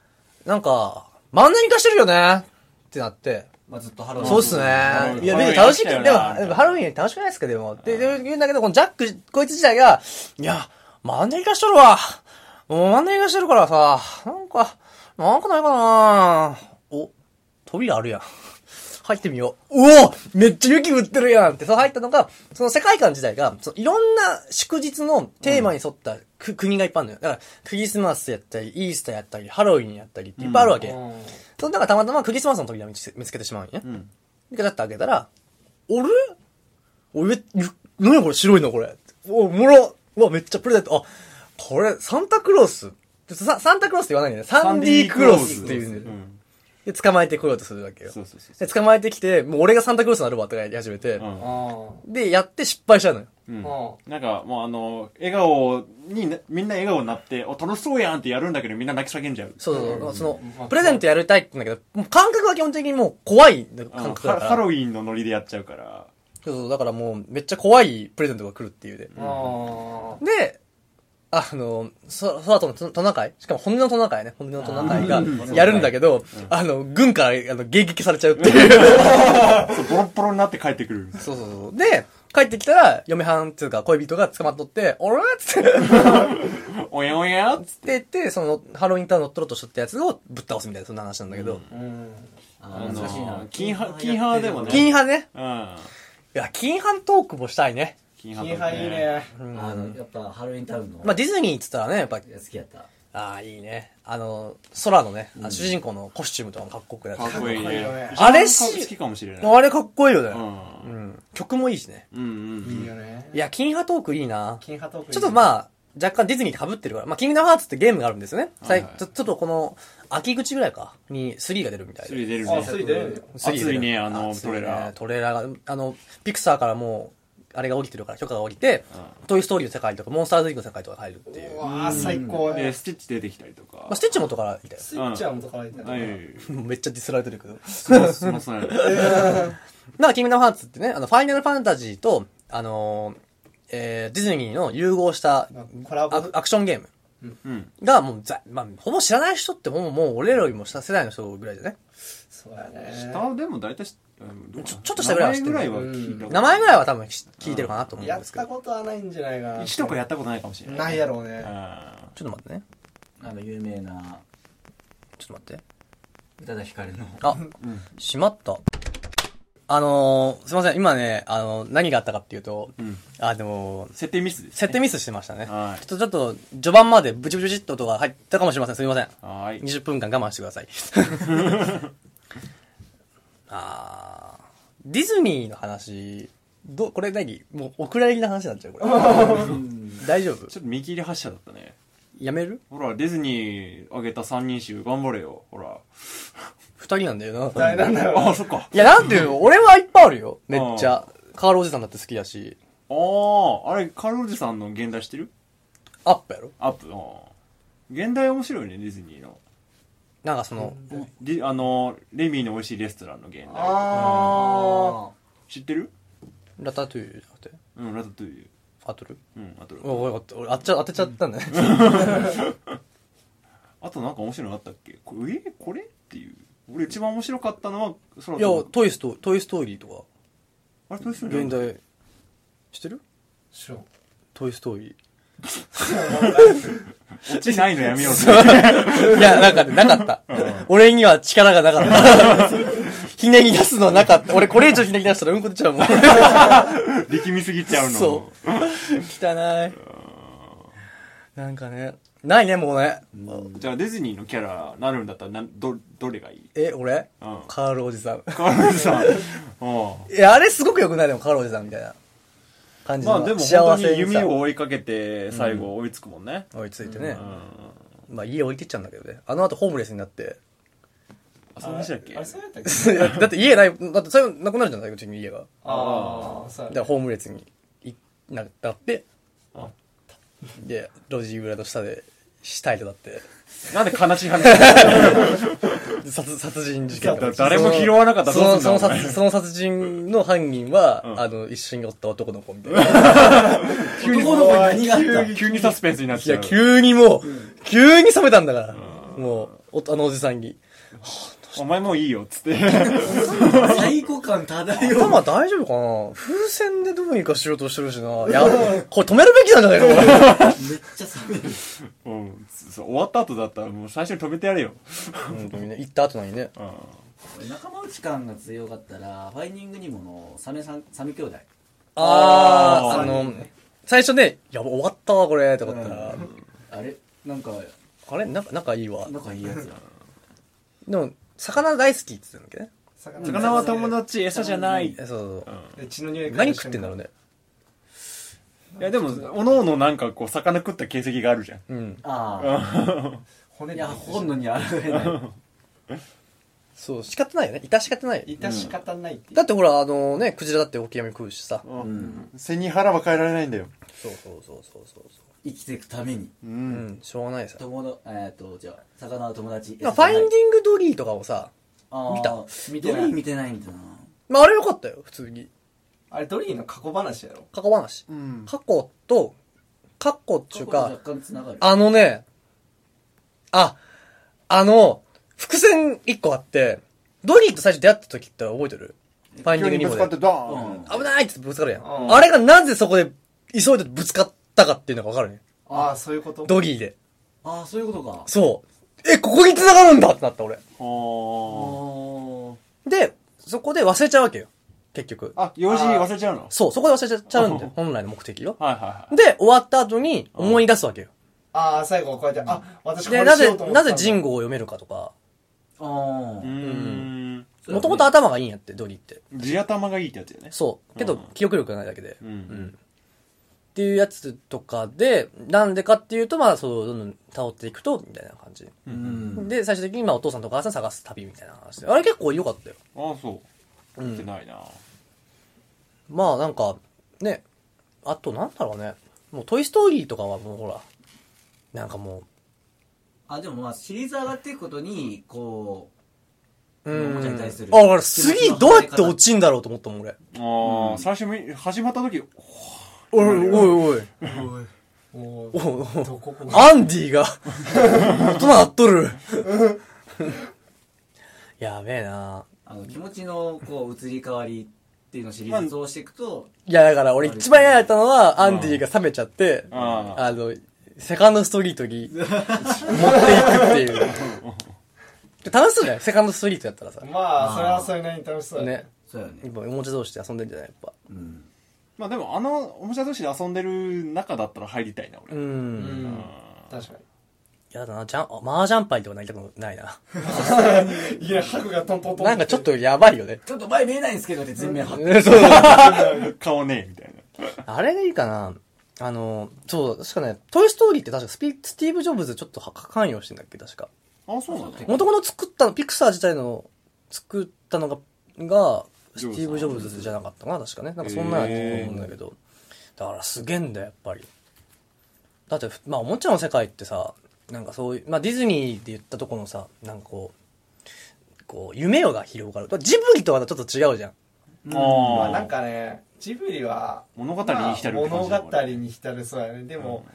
Speaker 2: なんか、真ん中に化してるよねってなって、
Speaker 4: まあずっとハロウィン
Speaker 2: そうっす
Speaker 1: ハロウィ。
Speaker 2: ね
Speaker 1: ン
Speaker 2: いや、別に楽しいけど、でも
Speaker 1: ハロウィンに来たよな、
Speaker 2: でもハロウィン楽しくないですか、でも。で、で言うんだけど、このジャック、こいつ自体が、いや、真ん中に化してるわ。もう真ん中に化してるからさ、なんか、なんかないかなお、扉あるやん。入ってみよう。うおめっちゃ雪降ってるやんって、そう入ったのが、その世界観自体が、そのいろんな祝日のテーマに沿ったく、国がいっぱいあるのよ。だから、クリスマスやったり、イースターやったり、ハロウィンやったりっていっぱいあるわけ。
Speaker 3: う
Speaker 2: その中たまたまクリスマスの扉を見つけ見つけてしまうんよね。
Speaker 1: うん
Speaker 2: で、ガチャって開けたら、あれ俺、ゆ何これ白いのこれ。お、もろうわ、めっちゃプレゼント。あ、これ、サンタクロース。ササンタクロースって言わないんだよね。サンディークロースっていうんだ
Speaker 1: う
Speaker 2: よね
Speaker 1: ん
Speaker 2: で、捕まえてこようとするわけよ。
Speaker 1: そうそうそうそ
Speaker 2: で、捕まえてきて、もう俺がサンタクロースになるわとかやり始めて
Speaker 1: う、うん
Speaker 3: ん
Speaker 2: で、やって失敗しちゃうのよ。
Speaker 1: うん
Speaker 3: う
Speaker 1: なんかもうあの笑顔になみんな笑顔になってお楽しそうやんってやるんだけどみんな泣き叫んじゃう
Speaker 2: そうそうそう、そ
Speaker 3: うん
Speaker 2: の、プレゼントやりたいって言うんだけど、もう感覚は基本的にもう怖い
Speaker 1: あの
Speaker 2: 感覚だ
Speaker 1: ハ
Speaker 2: から。
Speaker 1: ハロウィンのノリでやっちゃうから
Speaker 2: そうそう、だからもうめっちゃ怖いプレゼントが来るっていうで。
Speaker 3: うん
Speaker 2: で、あの、そ空とのトトナカイしかも本音のトナカイね、本音のトナカイが
Speaker 1: うん
Speaker 2: やるんだけど、あの、軍からあの迎撃されちゃうっていう。
Speaker 1: そうボロッボロになって帰ってくる
Speaker 2: <laughs> そうそうそう。で、帰ってきたら、嫁はんっていうか恋人が捕まっとって、おらっつって、
Speaker 1: おやおやっつっ
Speaker 2: で、って、その、ハロウィンタウン乗っ取ろうとしとったやつをぶっ倒すみたいな、そんな話なんだけど。
Speaker 3: うん
Speaker 1: あ
Speaker 4: あ
Speaker 1: の
Speaker 4: あ懐かしいな
Speaker 1: 金ハ金ハでもね
Speaker 2: 金飯ね。
Speaker 1: てうん
Speaker 2: いや、金飯トークもしたいね。
Speaker 1: 金
Speaker 3: 金杯いいね
Speaker 4: あのやっぱハロウィンタウンの
Speaker 2: まあ、ディズニーって言ったらね、やっぱ、
Speaker 4: 好きやった
Speaker 2: ああ、いいね。あの、空のね、あの主人公のコスチュームとかもかっこよくなっ
Speaker 1: か
Speaker 2: て
Speaker 1: っこいい
Speaker 3: かっこいい
Speaker 1: ね
Speaker 3: よね
Speaker 1: 一番
Speaker 2: あれし
Speaker 1: 好きかもしれない
Speaker 2: あれかっこいいよ
Speaker 1: う
Speaker 2: ね。うんん。曲もいいしね。
Speaker 1: うんうん
Speaker 3: いいよね
Speaker 2: いや、金ハトークいいな。
Speaker 3: 金ハトーク
Speaker 2: ちょっとま
Speaker 3: あ
Speaker 2: あ、若干ディズニーと被ってるから。まあ、キングダムハーツってゲームがあるんですよね。
Speaker 1: はい
Speaker 2: 最
Speaker 1: はい
Speaker 2: ちょちょっとこの、秋口ぐらいか、に3が出るみたい
Speaker 1: 種類
Speaker 2: で。
Speaker 1: 出る
Speaker 3: あ
Speaker 1: ね
Speaker 3: ついて
Speaker 2: 3
Speaker 3: る
Speaker 2: が出る
Speaker 1: 熱いねあの
Speaker 2: 熱い
Speaker 1: トレーラー
Speaker 2: トレーラーが、あの、ピクサーからもう、あれが降りてるから、許可が降りて、トイストーリーの世界とか、モンスターズインの世界とか入るっていうう。ま
Speaker 3: わー最高
Speaker 1: で
Speaker 3: や
Speaker 1: スティッチ出てきたりとか
Speaker 2: あ、スティッチもとからみたい
Speaker 3: スイッチャーもとからいた
Speaker 1: うんはい
Speaker 3: ね
Speaker 2: な。 <laughs> めっちゃディスられてるけど。
Speaker 1: すいませんすいません <laughs>
Speaker 2: なんか、キングダムハーツってね、あの、ファイナルファンタジーと、あのーえーディズニーの融合した
Speaker 3: コラボ
Speaker 2: アクアクションゲーム
Speaker 1: うん
Speaker 2: が、もうざ、まあ、ほぼ知らない人ってもう、もう俺らよりも下世代の人ぐらいじゃね。
Speaker 3: そうやね
Speaker 1: 下でも大体しうんどうか
Speaker 2: ちょ
Speaker 1: な
Speaker 2: ちょっとしたぐらいは知
Speaker 1: 名
Speaker 2: って
Speaker 1: 前
Speaker 2: る
Speaker 1: ぐらいは聞いた
Speaker 2: 名前ぐらい
Speaker 1: い
Speaker 2: は多分し聞いてるかなと思うん
Speaker 3: や
Speaker 2: で
Speaker 3: っ
Speaker 2: すけど。
Speaker 3: た
Speaker 2: ちょ
Speaker 3: ことはないんじゃないかな
Speaker 1: 1とかやったことないかもしれない
Speaker 3: ないやろうね
Speaker 1: あ
Speaker 2: っと待ってね。
Speaker 4: あの有名な
Speaker 2: ちょっと待って。
Speaker 4: 宇多田ヒカルの
Speaker 2: あ、しまった。あのー、すいません。今ね、あの何があったかっていうと、
Speaker 1: ん
Speaker 2: あ、でも、
Speaker 1: 設定ミスです
Speaker 2: 設定ミスしてましたね。ちょ
Speaker 1: は
Speaker 2: っと、ちょっと、序盤までブチブチブチっと音が入ったかもしれません。すみません。
Speaker 1: はーい
Speaker 2: 20分間我慢してください。 <laughs> あーディズニーの話、ど、これ何もう、お蔵入りの話になっちゃう、これ。大丈夫
Speaker 1: ちょっと見切り発車だったね
Speaker 2: やめる
Speaker 1: ほらディズニーあげた3人衆頑張れよほら
Speaker 2: 二人なんだよな。
Speaker 3: 大なんだよ
Speaker 1: あそっか
Speaker 2: いや、なんていうの俺はいっぱいあるよ。めっちゃ。カールおじさんだって好きだし。
Speaker 1: あああれカールおじさんの現代知ってる
Speaker 2: アップやろ
Speaker 1: アップあー現代面白いねディズニーの
Speaker 2: なんかその、
Speaker 1: リあのレミーの美味しいレストランの現代
Speaker 3: あ
Speaker 1: 知ってる
Speaker 2: ラタトゥーじゃなくて、
Speaker 1: うんラタトゥイユ
Speaker 2: アトル
Speaker 1: うんあと
Speaker 2: おいおい、俺あっちゃ当てちゃったんだね。
Speaker 1: あとなんか面白いのあったっけこれえこれっていう俺一番面白かったのは空
Speaker 2: いや
Speaker 1: 飛ぶ、
Speaker 2: トイスト、トイストーリーとか、
Speaker 1: あれどうする
Speaker 2: 現代、知ってる
Speaker 3: ーしょ
Speaker 2: トイストーリー。
Speaker 1: 落ちないのやめようぜ
Speaker 2: いや、なんかね、なかった。俺には力がなかった。 <laughs> ひねり出すのはなかった。俺これ以上ひねり出したらうんこ出ちゃ
Speaker 1: <laughs>
Speaker 2: うもん。
Speaker 1: 力みすぎちゃうの
Speaker 2: そ汚い。なんかね、ないね、もうね。
Speaker 1: じゃあディズニーのキャラなるんだったらなんどどれがいい
Speaker 2: え、俺 <laughs>
Speaker 1: うん
Speaker 2: カールおじさん。
Speaker 1: カールおじさんうん
Speaker 2: いや、あれすごく良くないでも、カールおじさんみたいな感じ
Speaker 1: ま
Speaker 2: の。
Speaker 1: あでも
Speaker 2: 幸
Speaker 1: 本当
Speaker 2: せ
Speaker 1: に
Speaker 2: に
Speaker 1: 弓
Speaker 2: さ
Speaker 1: を追いかけて最後追いつくもんね、
Speaker 2: 追いついてね
Speaker 1: う。ん
Speaker 2: まあ家置いてっちゃうんだけどね。あの後ホームレスになって。 <laughs>
Speaker 1: あその話だっけ
Speaker 3: あれそうやったっけ
Speaker 2: だって家ない、だってそれなくなるじゃないうちに家が。
Speaker 3: ああそ
Speaker 2: だ
Speaker 3: うやっ
Speaker 2: か
Speaker 3: た
Speaker 2: らホームレスにいななって
Speaker 1: あ、
Speaker 2: で、路地裏の下で死体となって、
Speaker 1: なんで悲しい話
Speaker 2: で殺殺人事件が起きて
Speaker 1: 誰も拾わなかったら
Speaker 2: そ
Speaker 1: どう
Speaker 2: の
Speaker 1: すんだお
Speaker 2: そのその
Speaker 1: 前
Speaker 2: 殺その殺人の犯人は、
Speaker 1: うん
Speaker 2: あの、一緒におった男の子みたいな。
Speaker 1: 急に
Speaker 4: 男の子に何があ
Speaker 1: 急
Speaker 4: った
Speaker 1: に急にサスペンスになっ
Speaker 2: い
Speaker 1: ちゃ
Speaker 2: や、
Speaker 1: う
Speaker 2: 急にもう、急に冷めたんだから。もう、おあのおじさんに。
Speaker 1: お前もういいよっつって <laughs>
Speaker 4: 最高感漂う
Speaker 2: 頭大丈夫かな風船でどうにかしようとしてるし
Speaker 1: <laughs>
Speaker 2: な。いや、これ止めるべきなんじゃないかこれ、
Speaker 4: めっちゃ冷める
Speaker 1: うんそう終わった後だったらもう最初に止めてやれよ
Speaker 2: 本当にね、行った後なのにね。
Speaker 1: うん
Speaker 4: 仲間内感が強かったらファインディングにものサメさんサメ兄弟
Speaker 2: あ
Speaker 1: あ
Speaker 2: ー、
Speaker 1: ー
Speaker 2: あの、最初ね、やば、終わったわ、これ、って思ったら、
Speaker 4: あれなんか
Speaker 2: あれなんか、仲いいわ。
Speaker 4: 仲いいやつや
Speaker 2: でも、魚大好きって言ってたんだっけね。
Speaker 1: 魚は友達餌じゃないい
Speaker 2: えそうそう
Speaker 3: で血の匂い
Speaker 2: そう。
Speaker 3: 嗅い
Speaker 2: 何
Speaker 3: で
Speaker 2: 食ってんだろうね。
Speaker 1: やでもおのおのなんかこう魚食った形跡があるじゃん
Speaker 2: うん。
Speaker 4: ああ
Speaker 3: 骨
Speaker 4: い
Speaker 3: で
Speaker 4: や本能にあられない
Speaker 2: そう、仕方ないよね。いた仕方ないよ。
Speaker 3: 致し方ないっていう
Speaker 2: だってほら、あのね、クジラだってオキアミ食うしさ。
Speaker 4: ん
Speaker 1: 背に腹は変えられないんだよ
Speaker 2: そうそうそうそうそう。
Speaker 4: 生きていくために
Speaker 1: う
Speaker 2: うんん、しょうがないさ。
Speaker 4: 友のえっとじゃあ魚は友達
Speaker 2: まあファインディングドリーとかもさ、
Speaker 4: ィ
Speaker 2: 見た
Speaker 4: 見てない見てないみたいな
Speaker 2: まああれ良かったよ、普通に。
Speaker 3: あれドリーの過去話やろ
Speaker 2: 過去話。
Speaker 1: うん
Speaker 2: 過去と、過去っちゅうか、
Speaker 4: 過去と若干つながる
Speaker 2: あのね、あ、あの、伏線一個あって、ドリーと最初出会った時って覚えてるファインディングニモで。
Speaker 1: ド
Speaker 4: う
Speaker 2: 危
Speaker 4: ん
Speaker 2: ないってぶつかるや。
Speaker 3: うんん
Speaker 2: あれがなぜそこで急いでぶつかったかっていうのがわかるね。
Speaker 3: ああそういうこと
Speaker 2: ドギーで。
Speaker 4: ああそういうことか
Speaker 2: そう。え、ここに繋がるんだってなった俺。
Speaker 1: あ
Speaker 2: で、そこで忘れちゃうわけよ。結局。
Speaker 1: あ用事忘れちゃうの
Speaker 2: そう、そこで忘れちゃうんだよ。本来の目的を。
Speaker 1: はいはいはい
Speaker 2: で、終わった後に思い出すわけよ。
Speaker 3: ああ、最後はこうやって、あ、私こ
Speaker 2: で、
Speaker 3: れ
Speaker 2: な
Speaker 3: しよ
Speaker 2: ぜ
Speaker 3: うと、思
Speaker 2: な
Speaker 3: ってたんだ
Speaker 2: ぜジンゴを読めるかとか、
Speaker 4: ああ
Speaker 1: うーん。
Speaker 2: もともと頭がいいんやって、ドリーって。
Speaker 1: 地頭がいいってやつよね。
Speaker 2: そう。けど、
Speaker 1: うん
Speaker 2: 記憶力がないだけで。
Speaker 1: うん
Speaker 2: っていうやつとかで、なんでかっていうと、まあ、そう、どんどん倒っていくと、みたいな感じ。
Speaker 4: うん
Speaker 2: で、最終的に、まあ、お父さんとお母さん探す旅みたいな話で。あれ結構良かったよ。
Speaker 1: ああ、そうう。見て
Speaker 2: ん。
Speaker 1: ないな。
Speaker 2: まあ、なんか、ね。あと、なんだろうね。もう、トイストーリーとかはもう、ほら。なんかも
Speaker 4: あでもまあシリーズ上がっていくことにこ
Speaker 2: う。
Speaker 4: う
Speaker 2: うん
Speaker 4: ん。
Speaker 2: あ、だから、次、どうやって落ちんだろうと思ったもん、俺。
Speaker 1: あ
Speaker 4: うん
Speaker 1: あ、最初み、始まった時、
Speaker 2: おいおいおい。
Speaker 3: も
Speaker 2: お
Speaker 3: う
Speaker 2: いおい
Speaker 3: どここ
Speaker 2: アンディが、大人なっとる。やべえな
Speaker 4: あの気持ちのこう移り変わりっていうのをシリーズをしていくと、
Speaker 2: いや、だから俺一番嫌だったのは、アンディが冷めちゃって、
Speaker 1: ああ
Speaker 2: あの、セカンドストリートに持っていくっていう。楽しそうじゃないセカンドストリートやったらさ。
Speaker 3: まあ、それはそれなりに楽しそうだ
Speaker 2: ね。。
Speaker 4: そうよね
Speaker 2: やっぱおもちゃ同士で遊んでんじゃないやっぱ。
Speaker 4: うん
Speaker 1: まあでもあの、おもちゃ同士で遊んでる中だったら入りたいな、
Speaker 2: う。
Speaker 1: 俺。
Speaker 3: うんん。
Speaker 1: あ
Speaker 3: 確か
Speaker 2: やだな、ジャン、マージャンパイとかなりたくないな。
Speaker 3: <laughs> に。いや、ハグがトントントンて。
Speaker 2: なんかちょっとやばいよ
Speaker 3: <laughs>
Speaker 2: ね。
Speaker 4: ちょっと前見えないんですけどって全面張って
Speaker 2: そう。
Speaker 1: <laughs> 顔ねえ、みたいな。
Speaker 2: あれがいいかな。あの、そう、確かね、トイストーリーって確かスピスティーブ・ジョブズちょっとは関与してんだっけ、確か。
Speaker 1: ああ、そうなんだ。
Speaker 2: 元々作ったの、ピクサー自体の作ったのが、が、
Speaker 1: ジョブズさん
Speaker 2: スティーブ・ジョブズじゃなかったかな、確かね。なんかそんなや
Speaker 1: へ
Speaker 2: つ
Speaker 1: ー
Speaker 2: と思うんだけど。だからすげえんだよ、やっぱり。だって、まあ、おもちゃの世界ってさ、なんかそういう、まあ、ディズニーで言ったとこのさ、なんかこう、こう、夢が広がる。ジブリとはまたちょっと違うじゃん。
Speaker 3: ま
Speaker 1: あ
Speaker 3: あ
Speaker 1: あ、
Speaker 3: なん、かね、ジブリは、
Speaker 1: 物語に浸るって感じだ
Speaker 3: まあ
Speaker 1: もんね
Speaker 3: 物語に浸るそうやね。でも、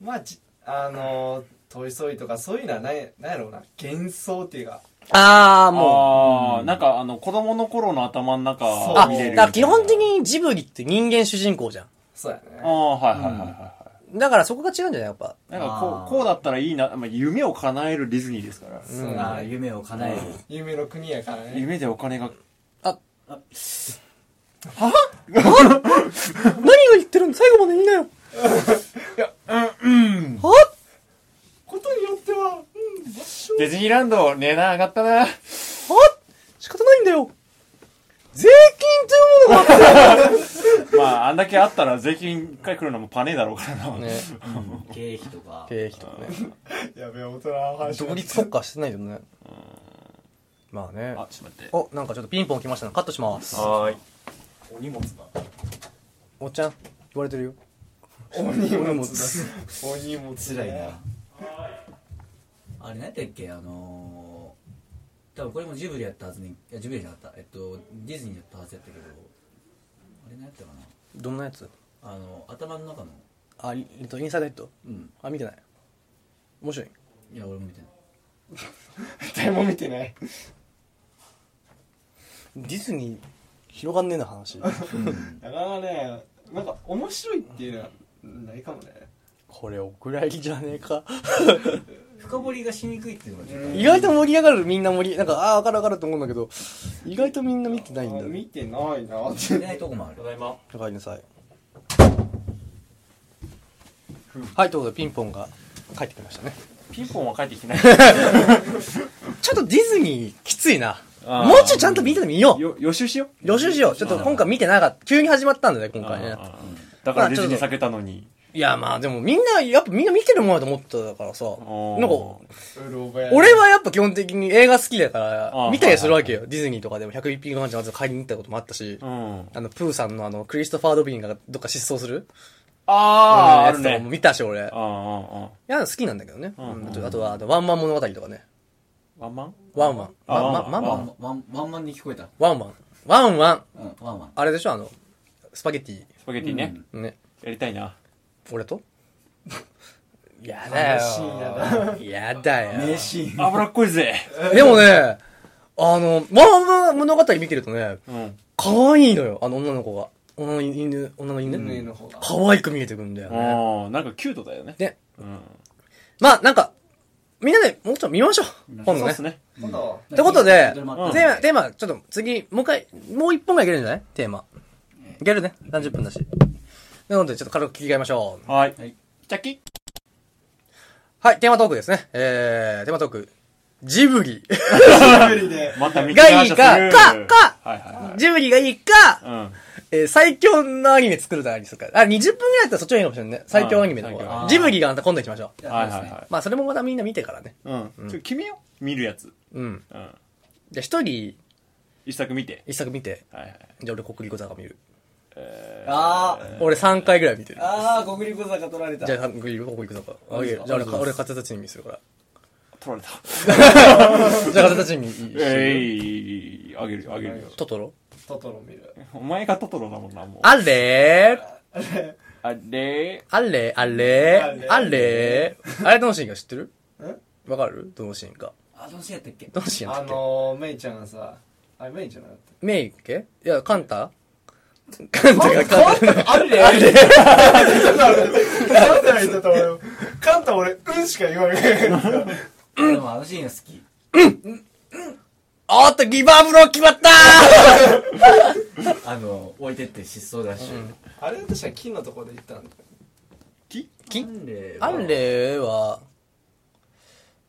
Speaker 3: まあ、じあのー、トイソーリーとかそういうのはない、なんやろうな。幻想っていうか。
Speaker 2: ああ、もう。
Speaker 1: ああ、なんかあの、子供の頃の頭の中
Speaker 3: そう
Speaker 2: あ、
Speaker 1: 見れるみたいな。
Speaker 2: だから基本的にジブリって人間主人公じゃ
Speaker 3: そうや
Speaker 1: あ
Speaker 3: ね。
Speaker 1: あ、はいはいはいはいは
Speaker 2: ん。だからそこが違うんじゃないやっぱ。
Speaker 1: い。なんかこ
Speaker 4: あー
Speaker 1: う、こうだったらいいな、まあ、夢を叶えるディズニーですから。
Speaker 3: そう
Speaker 4: ああ
Speaker 3: ね。
Speaker 4: 夢を叶える、
Speaker 3: 夢の国やからね。
Speaker 1: 夢でお金が、
Speaker 2: 何が言ってるの最後まで見なよ。いや、うん、うん。は
Speaker 3: ことによっては、うん、もし
Speaker 1: ディズニーランド、値段上がったな。
Speaker 2: は仕方ないんだよ。税金というものが
Speaker 1: <laughs> まあ、あんだけあったら税金一回来るのもパネーだろうからな。
Speaker 2: ね。
Speaker 4: うん経費とか
Speaker 2: 経費とかね。
Speaker 3: やべえ、大人の話
Speaker 2: 独立特化してないけどね。まあね。
Speaker 1: あ、ちょっと待って。
Speaker 2: お、なんかちょっとピンポン来ましたね。カットします。
Speaker 1: はーい。
Speaker 5: お荷物だ
Speaker 2: おっちゃん、言われてるよ。
Speaker 3: お荷物だ。お荷物
Speaker 4: 辛いな。あれ何やったっけあのー、多分これもジブリやったはずにいやジブリじゃなかったえっとディズニーやったはずやったけどあれ何やったか
Speaker 2: どんなやつ
Speaker 4: なあの頭の中の
Speaker 2: あ、いえっと、インサイドヘッド。
Speaker 4: うん
Speaker 2: あ、見てない。面白い。
Speaker 4: いや俺も見てない
Speaker 3: 誰も見てない。
Speaker 2: ディズニー、広がんねえな話。
Speaker 3: なかなかね、なんか面白いっていうのはないかもね。
Speaker 2: これお蔵入りじゃねえか
Speaker 4: 深掘りがしにくいっていうのがちょっとある
Speaker 2: 意外と盛り上がるみんな盛りなんかああ分かる分かると思うんだけど意外とみんな見てないんだ
Speaker 3: あ
Speaker 2: よ
Speaker 3: 見てないなって。
Speaker 4: 見ないとこもある
Speaker 5: ただいま
Speaker 2: おかえりなさいはいということでピンポンが帰ってきましたね
Speaker 1: ピンポンは帰ってきてない。
Speaker 2: ちょっとディズニーきついな
Speaker 1: あー
Speaker 2: もうちょいちゃんと見ててみよ
Speaker 1: <laughs>
Speaker 2: う
Speaker 1: よ、予習しよう。
Speaker 2: 予習しようちょっと今回見てなかった急に始まったんだね今回ね
Speaker 1: あーだからディズニー避けたのに。
Speaker 2: いやまあでもみんなやっぱみんな見てるもんだと思ってたからさ
Speaker 1: ー
Speaker 2: なんか
Speaker 3: うろ覚え。
Speaker 2: 俺はやっぱ基本的に映画好きだから
Speaker 1: あ、ー
Speaker 2: 見たりするわけよ。ディズニーとかでも101匹のワンちゃんまず買いに行ったこともあったし、
Speaker 1: うん。
Speaker 2: あの、プーさんのあの、クリストファー・ドビンがどっか失踪する
Speaker 1: あー、あ
Speaker 2: うん
Speaker 1: る
Speaker 2: やつとかも
Speaker 1: ね。
Speaker 2: 見たし、俺。い
Speaker 1: あーあー、あ
Speaker 2: や、好きなんだけどね。
Speaker 1: うん
Speaker 2: うんあとあとは、あのワンマン物語とかね。
Speaker 1: ーワンマン
Speaker 2: ワンワン。
Speaker 1: あ
Speaker 2: ワン
Speaker 1: ワ
Speaker 2: ワン
Speaker 1: ン
Speaker 2: ワ
Speaker 1: ワン
Speaker 2: ンワン
Speaker 4: ワンワンワンマンに聞こえた
Speaker 2: ワンワン。ワンワン。
Speaker 4: うんワンワン
Speaker 2: あれでしょ、あの、スパゲテ
Speaker 1: スパゲティね。
Speaker 2: ィ。ね。
Speaker 1: やりたいな。 <laughs>
Speaker 2: 俺と <laughs> やだ
Speaker 3: 楽しい
Speaker 2: よ。やだよ。
Speaker 4: シーン
Speaker 1: 脂っこいぜ。
Speaker 2: でもね、あの、ワンワン物語見てるとね、
Speaker 1: うん。
Speaker 2: 可愛いのよ、あの女の子が。女の犬、女の犬。
Speaker 3: 運営の方が。
Speaker 2: 可愛く見えてくんだよね。
Speaker 1: ああ、なんかキュートだよね。
Speaker 2: で、
Speaker 1: うん。
Speaker 2: まあ、なんか、みんなでもうちょっと見ましょう。今
Speaker 1: そ
Speaker 2: 度
Speaker 1: うっ
Speaker 2: ね
Speaker 1: す。ね。
Speaker 3: 今度、
Speaker 2: ってことで、テ
Speaker 4: う
Speaker 2: ー
Speaker 4: ん
Speaker 2: マ、テーマ、ちょっと次、もう一回、もう一本がいけるんじゃないテーマ。いけるね。30分だし。なので、ちょっと軽く聞き替えましょう。
Speaker 1: はい
Speaker 4: はい。
Speaker 1: チャキ
Speaker 2: はい、テーマトークですね。えー、テーマトーク。ジブリ。
Speaker 3: 無理で。
Speaker 1: また見
Speaker 2: がいいかかか
Speaker 1: はいはいはい。
Speaker 2: ジブリがいいか、
Speaker 1: うん。
Speaker 2: えー最強のアニメ作ると何するか。あ、20分ぐらいだったらそっちがいいかもしれないね。最強アニメの方
Speaker 1: 最
Speaker 4: 強アニ
Speaker 2: が。
Speaker 4: メ
Speaker 2: ジブリがまた今度行きましょう。
Speaker 1: はいはいは
Speaker 2: まあ、それもまたみんな見てからね。
Speaker 1: い。うん。ちょ君よ見るやつ。
Speaker 2: うん。
Speaker 1: うん。
Speaker 2: じゃあ一人、
Speaker 1: 一作見て。
Speaker 2: 一作見て。
Speaker 1: はいはい。
Speaker 2: じゃあ俺、国立坂見る。
Speaker 3: あー
Speaker 2: 俺3回ぐらい見てる。
Speaker 3: あー、国立小坂取られた。
Speaker 2: じゃあ、国立国立坂。あいいよ
Speaker 4: あ
Speaker 2: じゃあ俺、
Speaker 4: そうです
Speaker 2: 俺、片立ちに見するから。
Speaker 1: 取られ
Speaker 2: <laughs>
Speaker 1: た。
Speaker 2: じゃあ、片立ちに見。
Speaker 1: えい、あげるよ、あげるよ。
Speaker 2: トトロ
Speaker 3: トトロ見る。
Speaker 1: お前がトトロだもんな、もう。
Speaker 2: あれー
Speaker 1: あれ
Speaker 2: あれあれ
Speaker 3: あれ
Speaker 2: あれあれどのシーンか知ってる
Speaker 3: ん
Speaker 2: わかるどのシーンか。
Speaker 4: あどうしやったっけ
Speaker 2: どのシーンだ
Speaker 3: あ
Speaker 2: っけ
Speaker 3: のー、メイちゃんがさ、あれメイじゃなかっ
Speaker 2: メイっけいや、カンタカンタがカンタ。
Speaker 3: た。あれあれカンタが言ってた俺、カンタ俺、うんしか言わない。
Speaker 4: でもあのシーンが好き
Speaker 2: おっと、ギバーブロー決まったー
Speaker 4: あの置いてって失踪ダッシュ
Speaker 3: あれ確か金のところで言ったんだよ。
Speaker 1: き
Speaker 2: き
Speaker 4: アンレ
Speaker 2: あれは、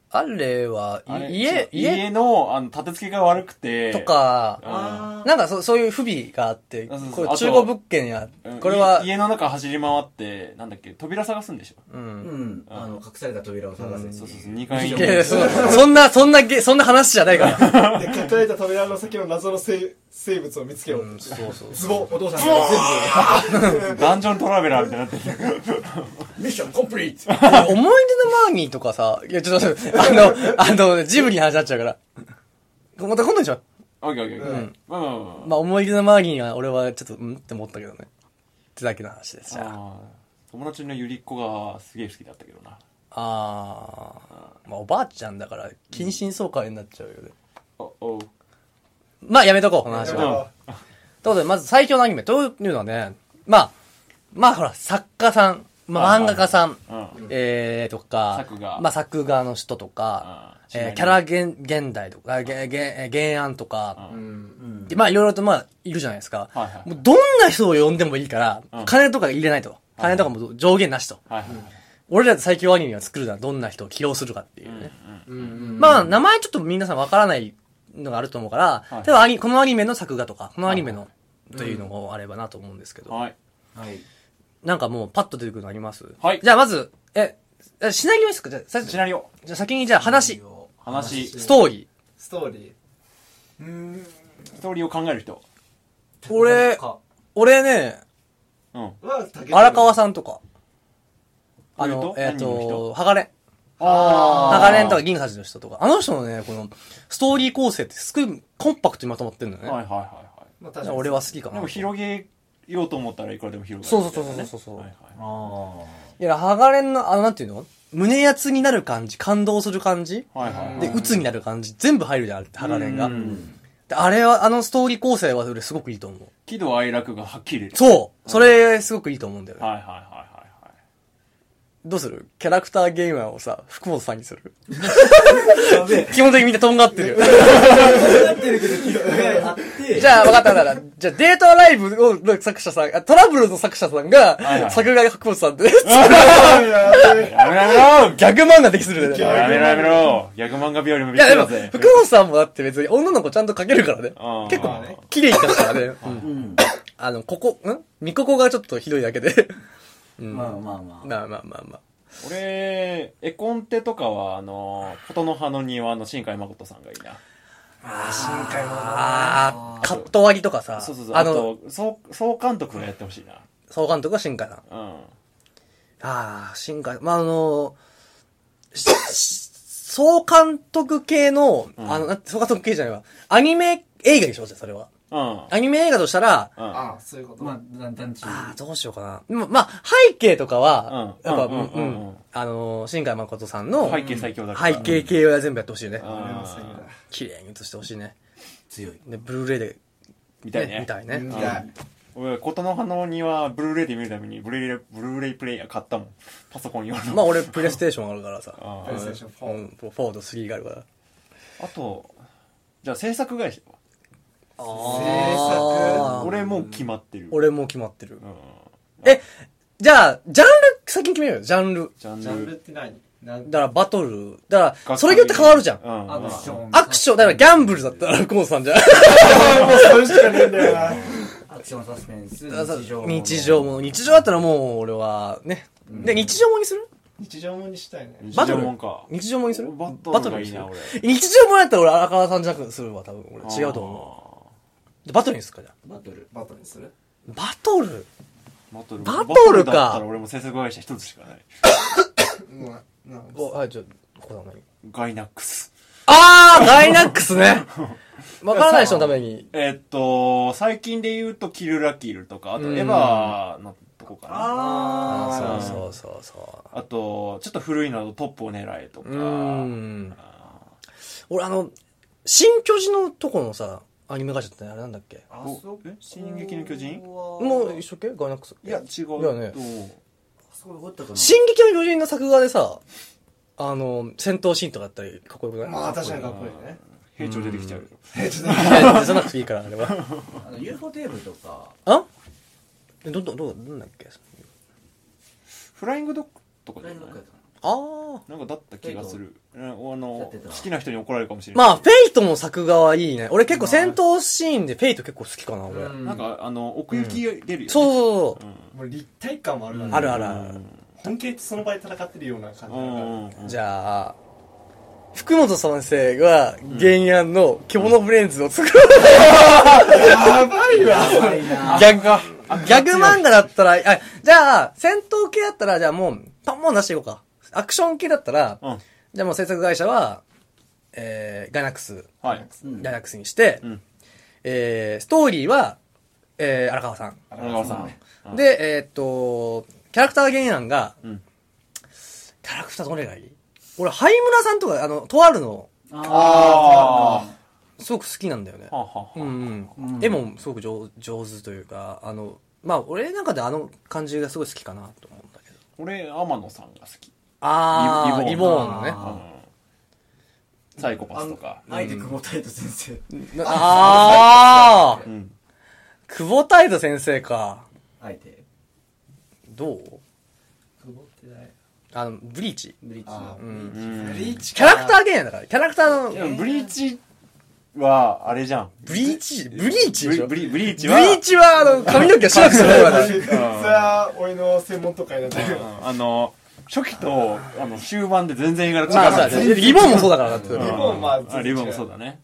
Speaker 2: あれは、
Speaker 1: あれ
Speaker 2: い家、
Speaker 1: 違う
Speaker 2: 家
Speaker 1: 家の、あの、立て付けが悪くて。
Speaker 2: と。か、
Speaker 1: あ
Speaker 2: なんかそそういう不備があって、
Speaker 1: あそうそう
Speaker 2: これ
Speaker 1: あと
Speaker 2: 中古物件や
Speaker 1: うん、
Speaker 2: これは、
Speaker 1: 家家の中走り回って、なんだっけ、扉探すんでしょ。
Speaker 2: う。
Speaker 4: うんんあの隠された扉を探せ
Speaker 1: そうそうそう、2階
Speaker 2: い
Speaker 1: の。
Speaker 2: やいやそ <laughs> そんな、そんなげ、そんな話じゃないから。
Speaker 3: で、隠れた扉の先の謎の生生物を見つけようって。
Speaker 2: そうそう。
Speaker 3: ズボン
Speaker 4: お父さんが
Speaker 1: ダンジョントラベラーみたいになってる。
Speaker 4: 全部ミッションコンプリート
Speaker 2: 思い出のマーニーとかさ、いや、ちょっと待って、あの、あの、ジブリの話になっちゃうから。また今度にしよ
Speaker 1: オッケーオッケーオッケー
Speaker 3: うん。
Speaker 1: まあまあまあ
Speaker 2: う。
Speaker 1: ま
Speaker 2: まあ、思い出のマーニーは俺はちょっと、うんって思ったけどね。ってだけの話です。じゃあ。
Speaker 1: あ。あー友達のゆりっ子がすげえ好きだったけどな。
Speaker 2: あー。まあ、おばあちゃんだから、近親相関になっちゃうよね。
Speaker 1: お、おう。
Speaker 2: まあ、やめとこう、この話
Speaker 3: で
Speaker 2: は。
Speaker 1: うん
Speaker 2: と
Speaker 3: も
Speaker 2: いうことで、まず最強のアニメというのはね、まあ、まあほら、作家さん、まあ
Speaker 1: はい
Speaker 2: 漫画家さん、
Speaker 1: うん。
Speaker 2: えーとか、
Speaker 1: 作画
Speaker 2: まあ作画の人とか、
Speaker 1: うん
Speaker 2: えーキャラ現現代とか、あげげえー原案とか、
Speaker 1: う
Speaker 2: でまあいろいろとまあいるじゃないですか。
Speaker 1: はいはい
Speaker 2: もうどんな人を呼んでもいいから、
Speaker 1: うん
Speaker 2: 金とか入れないと。金とかも上限なしと。
Speaker 1: はいはい。
Speaker 2: 俺らで最強アニメを作るのはどんな人を起用するかっていうね。
Speaker 3: うんうん。
Speaker 2: まあ、名前ちょっと皆さんわからないのがあると思うから、
Speaker 1: はい
Speaker 2: 例えばアニこのアニメの作画とか、このアニメの、というのもあればなと思うんですけど、
Speaker 1: はい。
Speaker 4: はい
Speaker 2: なんかもうパッと出てくるのあります
Speaker 1: はい
Speaker 2: じゃあまず、え、えシナリオですかじゃあさ
Speaker 1: シナリオ。
Speaker 2: じゃあ先にじゃあ話、
Speaker 1: 話、
Speaker 2: ス
Speaker 1: ス
Speaker 2: トーリ
Speaker 3: ストーリ
Speaker 1: トーリーを考える人。
Speaker 2: ー。俺、
Speaker 4: か
Speaker 2: 俺ね、
Speaker 1: うん。
Speaker 3: ーは竹
Speaker 2: 荒川さんとか、あ
Speaker 1: というと
Speaker 2: の、えっ、
Speaker 1: 何の人
Speaker 2: と、ハガレン。
Speaker 1: あ
Speaker 2: ハガレンとか銀河ジの人とか、あの人のね、この、ストーリー構成ってすごいコンパクトにまとまってるのね。
Speaker 1: はいはいはいは
Speaker 3: ま
Speaker 2: だ
Speaker 3: あ確
Speaker 2: か
Speaker 3: からに
Speaker 2: 俺は好きか
Speaker 1: い。
Speaker 2: な。
Speaker 1: でも広げようと思ったらいくらでも広が
Speaker 2: そ
Speaker 1: る
Speaker 2: う
Speaker 1: みた
Speaker 2: そ
Speaker 1: いうなね。
Speaker 2: そうそうそう。
Speaker 1: はい
Speaker 4: あ
Speaker 1: は
Speaker 4: あ
Speaker 2: いや、ハガレンの、あの、なんていうの胸やつになる感じ、感動する感じ、
Speaker 1: い。はいはいはい。
Speaker 2: で、鬱になる感じ、全部入るじゃん、ハガレンが
Speaker 1: う。ん
Speaker 2: であれは、あのストーリー構成は俺すごくいいと思う。
Speaker 1: 喜怒哀楽がはっきり出る。
Speaker 2: そうそれ、すごくいいと思うんだよね。
Speaker 1: はいはいはいはいはい。
Speaker 2: どうするキャラクターゲーマーをさ、福本さんにする
Speaker 4: やべえ
Speaker 2: 基本的にみんなとんがってるよ。
Speaker 4: なってるけど気があって
Speaker 2: じゃあ、分かった分かった。じゃあ、デートアライブをの作者さん、あトラブルの作者さんが、
Speaker 1: はいはい
Speaker 2: 作画が福本さんで、
Speaker 1: やめろやめろ
Speaker 2: ギャグ漫画できするでね。
Speaker 1: やめろやめろ逆漫画日和も
Speaker 2: い
Speaker 1: びっ
Speaker 2: や
Speaker 1: く
Speaker 2: で
Speaker 1: りだ
Speaker 2: も、福
Speaker 1: ぜ。
Speaker 2: 本さんもだって別に女の子ちゃんと描けるからね
Speaker 1: あー。
Speaker 2: 結構
Speaker 1: まあね、
Speaker 2: 綺麗だからね。うん
Speaker 4: うん
Speaker 2: あの、ここ、んみここがちょっとひどいだけで。うん
Speaker 4: まあまあまあ
Speaker 2: まあまあまあまあ。
Speaker 1: 俺、絵コンテとかは、あの、琴の葉の庭の新海誠さんがいいな。
Speaker 3: 深海も
Speaker 2: あー、カット割りとかさ。
Speaker 1: そうそうそう。
Speaker 2: あ
Speaker 1: あ
Speaker 2: の、
Speaker 1: と、そう、総監督がやってほしいな。
Speaker 2: 総監督が新海さん。
Speaker 1: うん。
Speaker 2: あー、新海、まああのしし総監督系の、
Speaker 1: ん
Speaker 2: あの、なんて総監督系じゃないわ。アニメ映画でしょじゃあそれは。
Speaker 1: うん。
Speaker 2: アニメ映画としたら、
Speaker 1: うん。
Speaker 3: ああ、そういうこと。
Speaker 4: まあだんだんち
Speaker 2: ああ、どうしようかな。でもまあ、背景とかは、
Speaker 1: うん
Speaker 2: やっぱ、う
Speaker 1: うん
Speaker 2: ん、
Speaker 1: う
Speaker 2: うん
Speaker 1: うん
Speaker 2: ん、あのー、新海誠さんの
Speaker 1: 背景最強だから。
Speaker 2: 背景系は全部やってほしいね。
Speaker 1: うん
Speaker 3: 俺も好きだ
Speaker 2: 綺麗に映してほしいね。
Speaker 4: 強い
Speaker 2: で、ブルーレイで、ね、
Speaker 1: みたいね。
Speaker 2: 見たい
Speaker 3: 見
Speaker 2: ね。
Speaker 3: たい
Speaker 1: 俺、琴の葉の庭、ブルーレイで見るために、ブルーレイ、ブルーレイプレイヤー買ったもん。パソコン用の。
Speaker 2: まあ、俺、プレイステーションあるからさ。
Speaker 1: あ
Speaker 3: プレイステーション4
Speaker 2: うん、4と3があるから。
Speaker 1: あと、じゃあ制作会社。
Speaker 2: あー
Speaker 1: 俺もう決まってる。
Speaker 2: 俺もう決まってる
Speaker 1: う。ん。
Speaker 2: え、じゃあ、ジャンル先に決めようよ、ジャンル。
Speaker 1: ジャン
Speaker 3: ジャンルっ
Speaker 1: ル。
Speaker 3: て何なん
Speaker 2: だからバトル、だから、それによって変わるじゃん。
Speaker 1: うんうん
Speaker 4: アクション
Speaker 2: アクション、だからギャンブルだったら、コウさんじゃん。
Speaker 3: もうそれしかねえんだよな。
Speaker 4: アクションサスペンス日常もの
Speaker 2: 日常もの。日常だったらもう、俺は、ね。で、日常ものにする
Speaker 3: 日常もにしたいね。
Speaker 1: 日
Speaker 2: バト
Speaker 1: 常
Speaker 2: ル
Speaker 1: もんか
Speaker 2: 日常ものにする
Speaker 1: バトルがいいな
Speaker 2: バトル
Speaker 1: 俺
Speaker 2: にする日常ものやったら俺、荒川さんじゃなくするわ、多分。俺、違うと思
Speaker 1: 思
Speaker 2: う。でバトルにするか、じゃあ
Speaker 4: バトル
Speaker 3: バトルにする
Speaker 2: バトル
Speaker 1: うバトル
Speaker 2: バトルか
Speaker 1: だったら俺も制作会社一つしかない
Speaker 3: うん。なんか
Speaker 2: お、はい、じゃあ、コウさん何
Speaker 1: ガイナックス
Speaker 2: あー、ガイナックス <laughs> ね。わからない人のために。
Speaker 1: えっと最近で言うとキルラキルとかあと
Speaker 2: うん
Speaker 1: エヴァのとこかな
Speaker 4: あ
Speaker 1: ー
Speaker 2: あそうそうそうそ
Speaker 1: あとちょっと古いのだとトップを狙えとか
Speaker 2: う。うーん。俺、あの、新巨人のとこのさ、アニメ会社ってあれなんだっけ
Speaker 4: あ
Speaker 1: おえ進撃の巨人
Speaker 2: もう一緒系ガイナックス。
Speaker 1: いや違うと
Speaker 2: だよね
Speaker 4: あそこで掘ったかな
Speaker 2: 進撃の巨人の作画でさ、あの、戦闘シーンとかあったり、かっこよく <laughs> ない
Speaker 3: まあ確かにかっこいいね。
Speaker 1: 兵長出てきちゃうよ
Speaker 3: え、ちょっと
Speaker 2: いや出さなくていいから、あれは。
Speaker 4: あの UFO テーブルとか
Speaker 2: <laughs> あえど、ど、ど、なんだっけ
Speaker 1: フライングドッグとか
Speaker 4: フ
Speaker 1: じ
Speaker 4: ラ
Speaker 1: ゃ
Speaker 4: イ
Speaker 1: ない
Speaker 4: ドどっかやったか
Speaker 2: ああ。
Speaker 1: なんかだった気がするうんあ
Speaker 4: やっ
Speaker 1: の
Speaker 4: てた
Speaker 1: 好きな人に怒られるかもしれない
Speaker 2: まあ、フェイトの作画はいいね。俺結構戦闘シーンでフェイト結構好きかな、俺。
Speaker 3: うん
Speaker 1: なんかあの奥行きが出るよね
Speaker 2: そうそうそうう。
Speaker 1: ん
Speaker 3: もう立体感もあるな
Speaker 2: あるあるある。
Speaker 3: 本気でその場で戦ってるような感
Speaker 1: う
Speaker 3: じだから
Speaker 1: んうんうん
Speaker 2: じゃあ、福本先生が原案の獣ブレンズを作る。
Speaker 3: やばいわ
Speaker 4: やばいな
Speaker 2: ギャグか。ギャグ漫画だったら、あ、じゃあ、戦闘系だったら、じゃあもう、パンもン出していこうか。アクション系だったら、
Speaker 1: うん
Speaker 2: じゃあもう制作会社は、えー、ガイナックス、
Speaker 1: はい
Speaker 4: うん
Speaker 2: ガイナックスにして、
Speaker 1: うん
Speaker 2: えー、ストーリーは、えー、荒川さん。
Speaker 1: 荒川さんうん
Speaker 2: で、えーっと、キャラクター原案が、
Speaker 1: うん
Speaker 2: キャラクターどれがいい俺、灰村さんとか、あの、とあるの、
Speaker 1: あー
Speaker 2: すごく好きなんだよね。
Speaker 1: はあはあ
Speaker 2: う
Speaker 1: は
Speaker 2: んう
Speaker 4: う
Speaker 2: ん。
Speaker 4: ん
Speaker 2: 絵もすごく上上手というか、あの、まあ、俺なんかであの感じがすごい好きかなと思うんだけど。
Speaker 1: 俺天野さんが好き
Speaker 2: あー、
Speaker 1: リ
Speaker 2: リ
Speaker 1: ボ
Speaker 2: ボ
Speaker 1: ー
Speaker 2: ーンのね。
Speaker 4: あ
Speaker 1: うんサイコパスとか
Speaker 4: アイデクモタイト先生
Speaker 2: あ
Speaker 1: う
Speaker 2: ー
Speaker 1: ん
Speaker 2: <laughs> 久保太斗先生か。
Speaker 4: 相手
Speaker 2: どう
Speaker 3: 曇ってない
Speaker 2: あの、ブリーチ。
Speaker 4: ブリッジ
Speaker 3: あ
Speaker 4: の
Speaker 3: ー
Speaker 2: うん。
Speaker 1: うん
Speaker 3: リーチ
Speaker 2: キャラクター原案だから。キャラクター
Speaker 1: で
Speaker 2: の、
Speaker 1: もブリーチはあれじゃん
Speaker 2: ブリーチ、ブリーチでしょ
Speaker 1: ブ
Speaker 2: ブリ
Speaker 1: リブリーチは
Speaker 2: ーチは、あの、髪の毛白くする方が
Speaker 3: そ
Speaker 2: ね
Speaker 3: れは俺の専門とかになってるよ
Speaker 1: うんあの初期とあの終盤で全然映画が違う
Speaker 2: まあ、そうだね。リボンもそうだからだって。
Speaker 1: うん
Speaker 3: リボンは
Speaker 1: あリボンもそうだね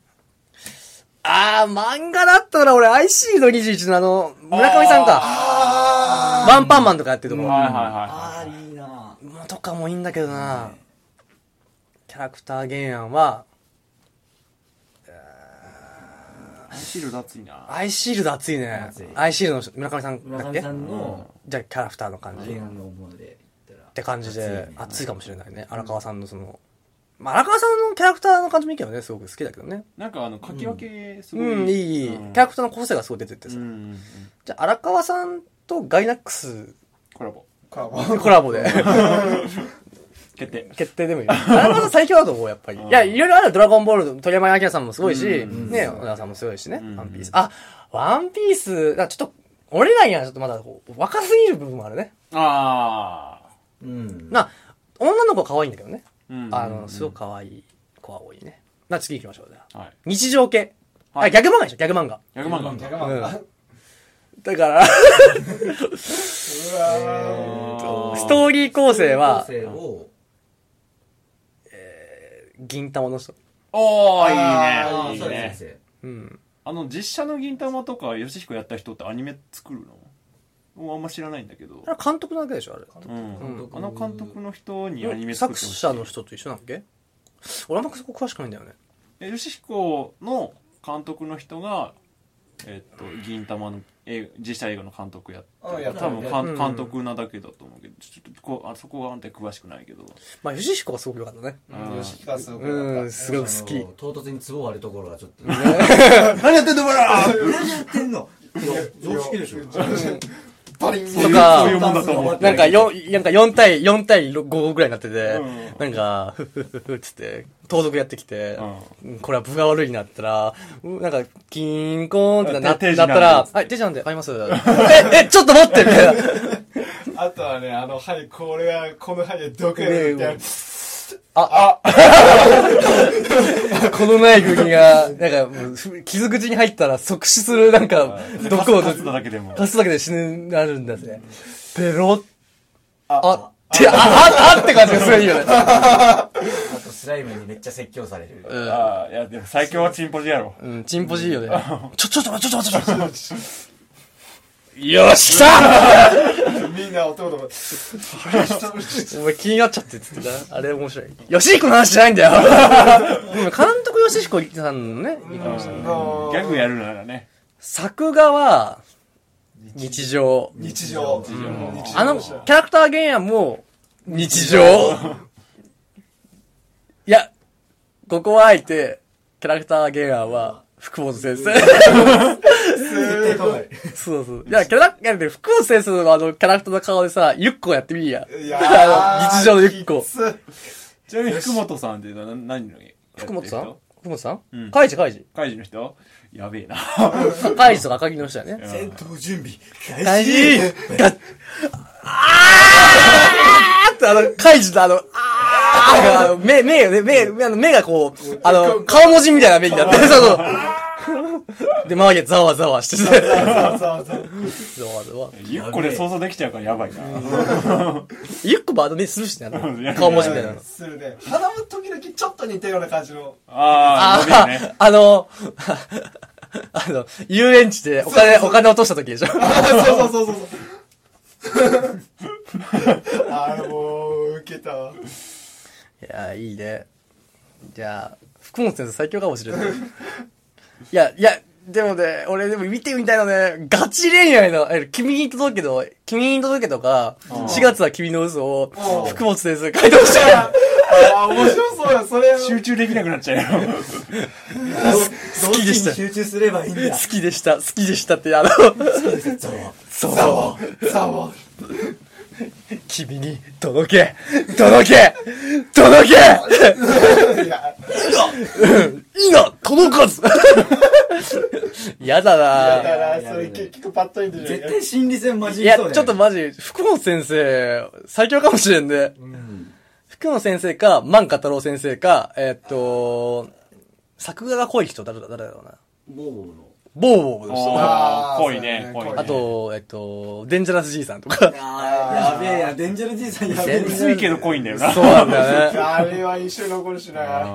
Speaker 2: あー、漫画だったら俺、IC の21のあの、村上さんか。
Speaker 3: あ
Speaker 2: ワンパンマンとかやってるとこ
Speaker 1: はい
Speaker 2: ろ。
Speaker 1: はい
Speaker 4: あ
Speaker 1: は
Speaker 4: ーいいな
Speaker 2: もうとかもいいんだけどな、キャラクター原案は、
Speaker 1: いはいシールド熱いな
Speaker 2: アイシールド熱いね
Speaker 4: 熱い。
Speaker 2: アイシールドの村上さんだ
Speaker 4: 村
Speaker 2: っ
Speaker 4: 上
Speaker 2: け
Speaker 4: さんの
Speaker 2: じゃあキャラクターの感じ。
Speaker 4: 原
Speaker 2: っ
Speaker 4: 案の思いで言ったら
Speaker 2: て感じで、熱いかもしれ
Speaker 4: い
Speaker 2: ないね。荒川さんのその、まあ、荒川さんのキャラクターの感じもいいけどね、すごく好きだけどね。
Speaker 1: なんかあの書き分けすごい
Speaker 2: うん、いい、いい。キ
Speaker 1: うん
Speaker 2: ャラクターの個性がすごい出てて
Speaker 1: う
Speaker 2: さ
Speaker 1: ん。うんうん
Speaker 2: じゃあ荒川さんとガイナックス
Speaker 1: コラボ
Speaker 3: か
Speaker 2: コラボで
Speaker 1: 決定
Speaker 2: 決定でも <laughs> いい。荒川さん最強だと思う、やっぱり。いや、いろいろある。ドラゴンボール、鳥山明さんもすごいし、
Speaker 1: うん
Speaker 2: ね、小田さんもすごいしね。
Speaker 1: うん
Speaker 2: ワンピース。あ、ワンピース、だからちょっと、俺らにはちょっとまだこう若すぎる部分もあるね。
Speaker 1: ああ
Speaker 4: うん
Speaker 2: な、女の子可愛いんだけどね。
Speaker 1: うん
Speaker 2: あの、すごく可愛い子は多いね。な、次行きましょう、じゃあ
Speaker 1: はい
Speaker 2: 日常系。
Speaker 1: は
Speaker 2: あ、
Speaker 1: い
Speaker 2: ギャグ漫画でしょ、ギャグ漫画。
Speaker 1: 100万なんだ
Speaker 3: 逆漫画
Speaker 2: うんだから、
Speaker 3: うわ
Speaker 2: ストーリー構成は
Speaker 4: 高、生を
Speaker 2: 銀玉の人。
Speaker 1: お
Speaker 3: あ
Speaker 1: ー
Speaker 4: あ
Speaker 1: いい
Speaker 4: そう
Speaker 1: ねいい
Speaker 4: で
Speaker 1: ね
Speaker 4: す先
Speaker 2: うん。
Speaker 1: あの実写の銀魂とかヨシヒコやった人ってアニメ作るのもうあんま知らないんだけど
Speaker 2: あ、れ監督なわけでしょ、あれ。
Speaker 1: うん、
Speaker 2: 監
Speaker 4: 督
Speaker 1: あの監督の人にアニメ作っ
Speaker 2: 作
Speaker 1: てほしい
Speaker 2: 者の人と一緒なんっけ俺あんまそこ詳しくないんだよね。
Speaker 1: えヨシヒコの監督の人がえっと銀魂の映画実写映画の監督やっ
Speaker 3: あ
Speaker 1: て
Speaker 3: や
Speaker 1: 多
Speaker 3: った
Speaker 1: 分
Speaker 3: ね
Speaker 1: かん
Speaker 2: うん
Speaker 1: 監督なだけだと思うけどちょっとこうあそこはあんた詳しくないけど
Speaker 2: まあ、吉彦がすごく良かったね。
Speaker 1: あ
Speaker 3: ー
Speaker 1: ー
Speaker 3: よしきかすごくよか
Speaker 2: う
Speaker 3: っ
Speaker 2: ん、
Speaker 3: た
Speaker 2: すごく好
Speaker 4: あ
Speaker 2: き
Speaker 4: の。唐突に壺割るところがちょっと
Speaker 1: 何やってんだお前ら
Speaker 4: 何やってんの常識でしょ
Speaker 3: バリン
Speaker 2: とか
Speaker 1: そういうもんだと思って
Speaker 2: なんかよ、なんか4対、4対5ぐらいになってて
Speaker 1: うん、
Speaker 2: なんか、ふふふふっつって、盗賊やってきて
Speaker 1: うん、
Speaker 2: うんこれは分が悪いなったら、うんなんか、キーンコーンってなな
Speaker 1: あ手手
Speaker 2: なったら
Speaker 1: 品、
Speaker 2: はい、手じゃんで買います。え、え、ちょっと待ってみたいな。
Speaker 3: あとはねあの針これはこの針でどけるみたいな
Speaker 2: あ、あこのない国が、なんかもう、ふ傷口に入ったら即死する、なんか、毒を、
Speaker 1: カスタだけでも
Speaker 2: かすだけで死ぬ、なるんだぜ。ペロッ、
Speaker 1: あ
Speaker 2: あ、って、あ、あ、あって感じがすごいいいよね。
Speaker 4: あとスライムにめっちゃ説教される。
Speaker 2: うん
Speaker 1: あいやでも最強はチンポジやろ
Speaker 2: うん、チンポジいいよね。ちょ、ちょっと待って、ちょっと待って、ちょっと待って。よし、来た
Speaker 3: みんな男の子
Speaker 2: お前気になっちゃってっつってた。あれ面白い。ヨシヒコの話じゃないんだよ。今、監督ヨシヒコさんのね、
Speaker 1: ギャグやるならね
Speaker 2: 作画は、日常。
Speaker 3: <laughs> 日常
Speaker 1: 日常
Speaker 3: うん
Speaker 2: あの、キャラクター原案も、日常。いや、ここはあえて、キャラクター原案は、福本先生。
Speaker 3: 絶対来
Speaker 2: そうそう。いや、キャラ、いや、で福本先生のあの、キャラクターの顔でさ、ゆっこやってみいや。
Speaker 3: ないい
Speaker 2: あの日常のゆっこ
Speaker 3: きつ
Speaker 1: ちなみに福本さんっていうのは何何の
Speaker 2: 福本さん福本さん
Speaker 1: うん
Speaker 2: カイジカイジ。
Speaker 1: カイジの人やべえ
Speaker 2: <laughs>
Speaker 1: な
Speaker 2: カイジとか赤木の人だよね。
Speaker 4: 戦闘準備。
Speaker 2: カイジガッあーってあの、カイジとあの、あーがあの目、目よね、目、目あの目がこう、あの、顔文字みたいな目になって、そうそう。で、周りがざわざわしてて、ざ
Speaker 3: わざわざ
Speaker 2: わざわ。
Speaker 1: ゆっこで想像できちゃうからやばいな
Speaker 2: ゆっこばあの目するしね、あ
Speaker 1: いや
Speaker 2: の顔文字みたいなの。
Speaker 3: するね鼻も時々ちょっと似たような感じの
Speaker 1: ああ伸びるね
Speaker 2: あの、 <laughs> あの、遊園地でお金、お金落とした時でしょ。
Speaker 3: そうそうそうそうそうあれもうウケたわ
Speaker 2: いやー、いいね。じゃあ、福本先生最強かもしれない。い <laughs> や、いや、でもね、俺でも見てみたいのね、ガチ恋愛の、え君に届けと、君に届けとか、4月は君の嘘を
Speaker 3: うん、
Speaker 2: 福本先生書いてほしい。
Speaker 3: あ面白そうやそれ
Speaker 1: 集中できなくなっちゃうよ
Speaker 2: 好きでし
Speaker 4: に
Speaker 2: た。
Speaker 4: 集中すればいいんだ。
Speaker 2: 好きでした、好きでしたって、あの、
Speaker 4: ざわ
Speaker 2: そう、
Speaker 3: さあ
Speaker 2: 君に届け、届け、届け
Speaker 3: いや
Speaker 2: いいな、届か
Speaker 3: <laughs>
Speaker 2: ずやだな
Speaker 3: だからそれ結局パッと見てる
Speaker 4: 絶対心理戦混じ
Speaker 2: い
Speaker 4: り
Speaker 2: や、
Speaker 4: そうだよね
Speaker 2: ちょっとマジ、福本先生、最強かもしれんね。福本先生か、万太郎先生か、えーっと、作画が濃い人、誰だ、誰だろうな。
Speaker 4: ボーボーの。
Speaker 2: ボーボーの人。
Speaker 1: あ
Speaker 3: あ
Speaker 1: あ
Speaker 3: ー
Speaker 1: 濃いね
Speaker 3: そう
Speaker 1: 濃
Speaker 3: ね
Speaker 1: いね
Speaker 2: あと、えーっと、デンジャラス爺さんとか。
Speaker 4: あーやべえや、デンジャルじいさんやべえ。
Speaker 1: 薄いけど濃いんだよな
Speaker 2: そうなんだよ
Speaker 3: <laughs>
Speaker 2: ね。
Speaker 3: あれは印象に残るしな
Speaker 1: あー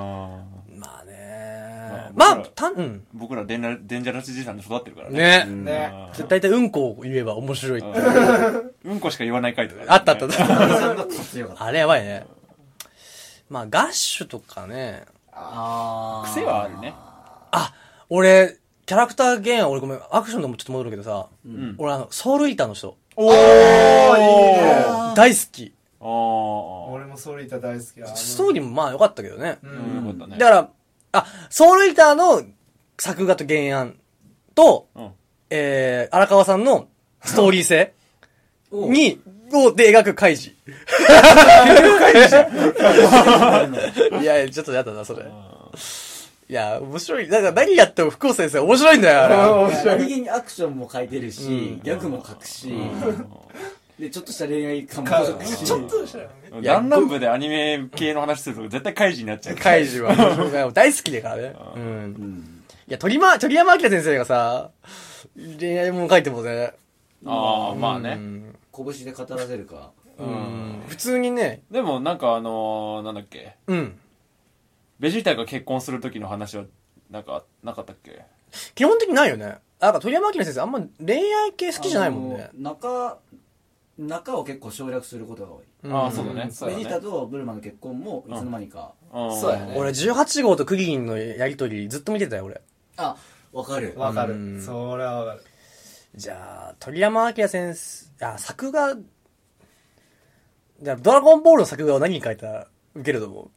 Speaker 2: まあね
Speaker 1: ま
Speaker 2: ま
Speaker 1: あ
Speaker 2: あ、たん、うん。
Speaker 1: 僕らデンラデンジャラスじいさんで育ってるから
Speaker 2: ね
Speaker 1: うん
Speaker 3: ね
Speaker 2: だいたいうんこを言えば面白いって。
Speaker 1: <laughs> うんこしか言わない回とか
Speaker 2: あったあったあっ
Speaker 1: ね
Speaker 2: た。
Speaker 4: さんだった強かった。
Speaker 2: あれやばいね。まあ、ガッシュとかね。
Speaker 4: あー
Speaker 1: 癖はあるね。
Speaker 2: 俺、キャラクターゲーン、俺ごめん、アクションでもちょっと戻るけどさ、
Speaker 1: ん
Speaker 2: 俺あの、ソウルイーターの人、
Speaker 1: おー
Speaker 2: 大好き。
Speaker 1: おー
Speaker 3: 俺もソリータ大好きや
Speaker 2: ストーリーもまあ良かったけどね。
Speaker 1: うんよかったね
Speaker 2: だから、あ、ソウルイーターの作画と原案と、
Speaker 1: うん
Speaker 2: えー、荒川さんのストーリー性
Speaker 4: お
Speaker 2: に、を、で描く開示。 <laughs> いやいや、ちょっとやだな、それ。いや、面白い。だから何やっても福岡先生面白いんだよあ
Speaker 1: <laughs>
Speaker 2: れ、
Speaker 3: 面白い
Speaker 4: 何気にアクションも書いてるし、ギャグも書くし、で、ちょっとした恋愛感も
Speaker 3: か
Speaker 4: 書くし。
Speaker 3: ちょっとでしたよね
Speaker 1: うん弾丸部でアニメ系の話すると絶対カイジになっちゃう
Speaker 2: カイジは。 <laughs> いや大好きだからね。うん。いや、鳥ま、鳥山明先生がさ、恋愛もん書いてもね。
Speaker 1: ああまあ
Speaker 2: う
Speaker 1: ね
Speaker 2: ん。
Speaker 4: 拳で語らせるか。
Speaker 2: うん。普通にね、
Speaker 1: でもなんかあのーなんだっけ
Speaker 2: うん。
Speaker 1: ベジータが結婚する時の話はなんかなかったっけ
Speaker 2: 基本的にないよね。なんか鳥山明先生あんま恋愛系好きじゃないもんね
Speaker 4: あ。の。中、中を結構省略することが多い。
Speaker 2: うん
Speaker 1: ああそうだねそう
Speaker 4: ベ
Speaker 1: だ
Speaker 4: ジ
Speaker 1: ね
Speaker 4: ータとブルマの結婚もいつの間にか。
Speaker 1: うん
Speaker 3: そうやね
Speaker 2: 俺18号とクギリンのやりとりずっと見てたよ、俺。
Speaker 4: あ、わかる。
Speaker 3: わかる
Speaker 2: うん
Speaker 3: それはわかる
Speaker 2: じゃあ、鳥山明先生、あ、作画、じゃあ、ドラゴンボールの作画を何に書いたら受けると思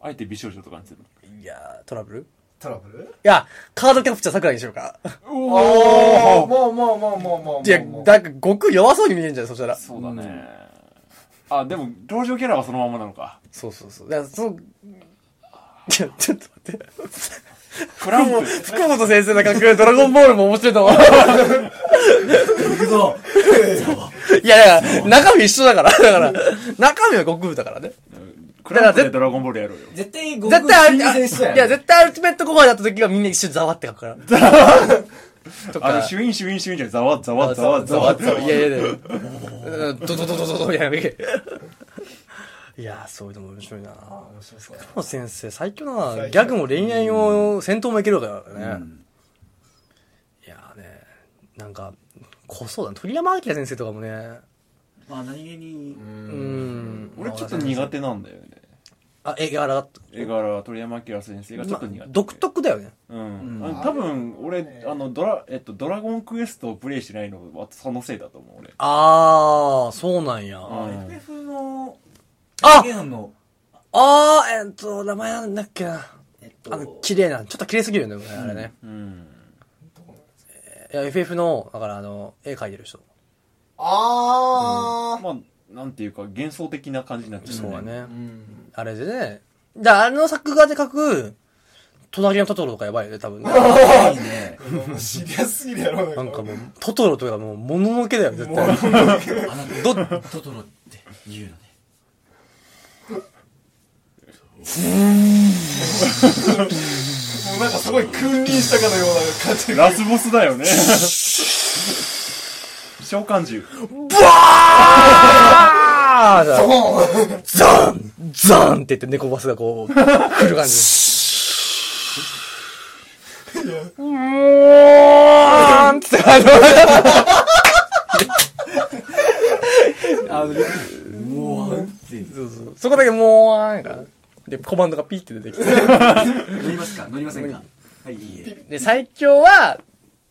Speaker 1: あえて美少女とかにする
Speaker 2: ういやー、トラブルい
Speaker 3: トラブル
Speaker 2: や、カードキャプチャー桜にしようか。
Speaker 3: おおもうもうもうもうもう
Speaker 2: いや、
Speaker 3: もう
Speaker 2: なんか、悟空弱そうに見えるんじゃん、そしたら。
Speaker 1: そうだねあでも登場キャラはそのままなのか
Speaker 2: そうそうそう。だから、その、いや、ちょっと待って。
Speaker 1: クランプ
Speaker 2: 福本先生の格好ドラゴンボールも面白いと思う。
Speaker 4: 行くぞ
Speaker 2: いや、だから、中身一緒だから。だから、中身は悟空だからね。
Speaker 1: クランプでドラゴンボールやろうよ。
Speaker 4: 絶対悟
Speaker 2: 絶
Speaker 4: 空
Speaker 2: 対あ
Speaker 4: 新
Speaker 2: れ、あ
Speaker 4: 鮮しそうやん
Speaker 2: いや、絶対アルティメットコマだった時はみんな一瞬ざわって書くから。ざわと
Speaker 1: あの、
Speaker 2: か。
Speaker 1: シュインシュインシュインじゃん。ザワザワザワザワザワ。
Speaker 2: いやいやいやうんドドドドドドみたいな。いや、そういうのも面白いな。
Speaker 3: 面白そう
Speaker 2: もう先生、最強だな。
Speaker 3: 最強
Speaker 2: ギャグも恋愛も戦闘もいけるからね。
Speaker 4: うん
Speaker 2: いやーね、なんか、こそうだね。鳥山明先生とかもね、
Speaker 4: まあ何気に
Speaker 2: う
Speaker 3: うん
Speaker 2: ーん。
Speaker 1: 俺ちょっと苦手なんだよね。
Speaker 2: あ、絵柄が、
Speaker 1: 絵柄は鳥山明先生がちょっと苦
Speaker 2: まあ
Speaker 1: 手。
Speaker 2: 独。特だよね。
Speaker 1: うん。
Speaker 4: うん
Speaker 1: あの多分、俺、あの、ドラ、えっと、ドラゴンクエストをプレイしてないのは、そのせいだと思う、俺。
Speaker 2: あー、そうなんや。あ
Speaker 4: FF の
Speaker 2: あ
Speaker 4: ゲームの
Speaker 2: あー、えっと、名前なんだっけな。
Speaker 4: えっ
Speaker 2: あの、綺麗な、ちょっと綺麗すぎるよね、あれね。
Speaker 1: うん。
Speaker 2: いや、FF の、だからあの、絵描いてる人。
Speaker 3: あ
Speaker 1: まあ、なんていうか、幻想的な感じになっちゃう。
Speaker 2: そうだ。ね
Speaker 3: ーう。ん
Speaker 2: あれでね。だあの作画で描く、隣のトトロとかやばいよね、多分ね。 <laughs>
Speaker 4: いいね
Speaker 3: もうシリアスすぎるやろ
Speaker 2: なんかもう、トトロとかもう、もののけだよ、絶対。
Speaker 4: あなたトトロって言うのね
Speaker 3: もうなんかすごい君臨したかのような感じ
Speaker 1: ラスボスだよ <laughs> ね。召喚獣。
Speaker 2: あーザンザンって言って猫バスがこう、来る感じ。うーんってあの、あの、
Speaker 4: もうって
Speaker 2: そうそうそこだけもう、なんか、で、コマンドがピッて出てきて。
Speaker 4: 乗りますか乗りませんかはいいいえ
Speaker 2: で、最強は、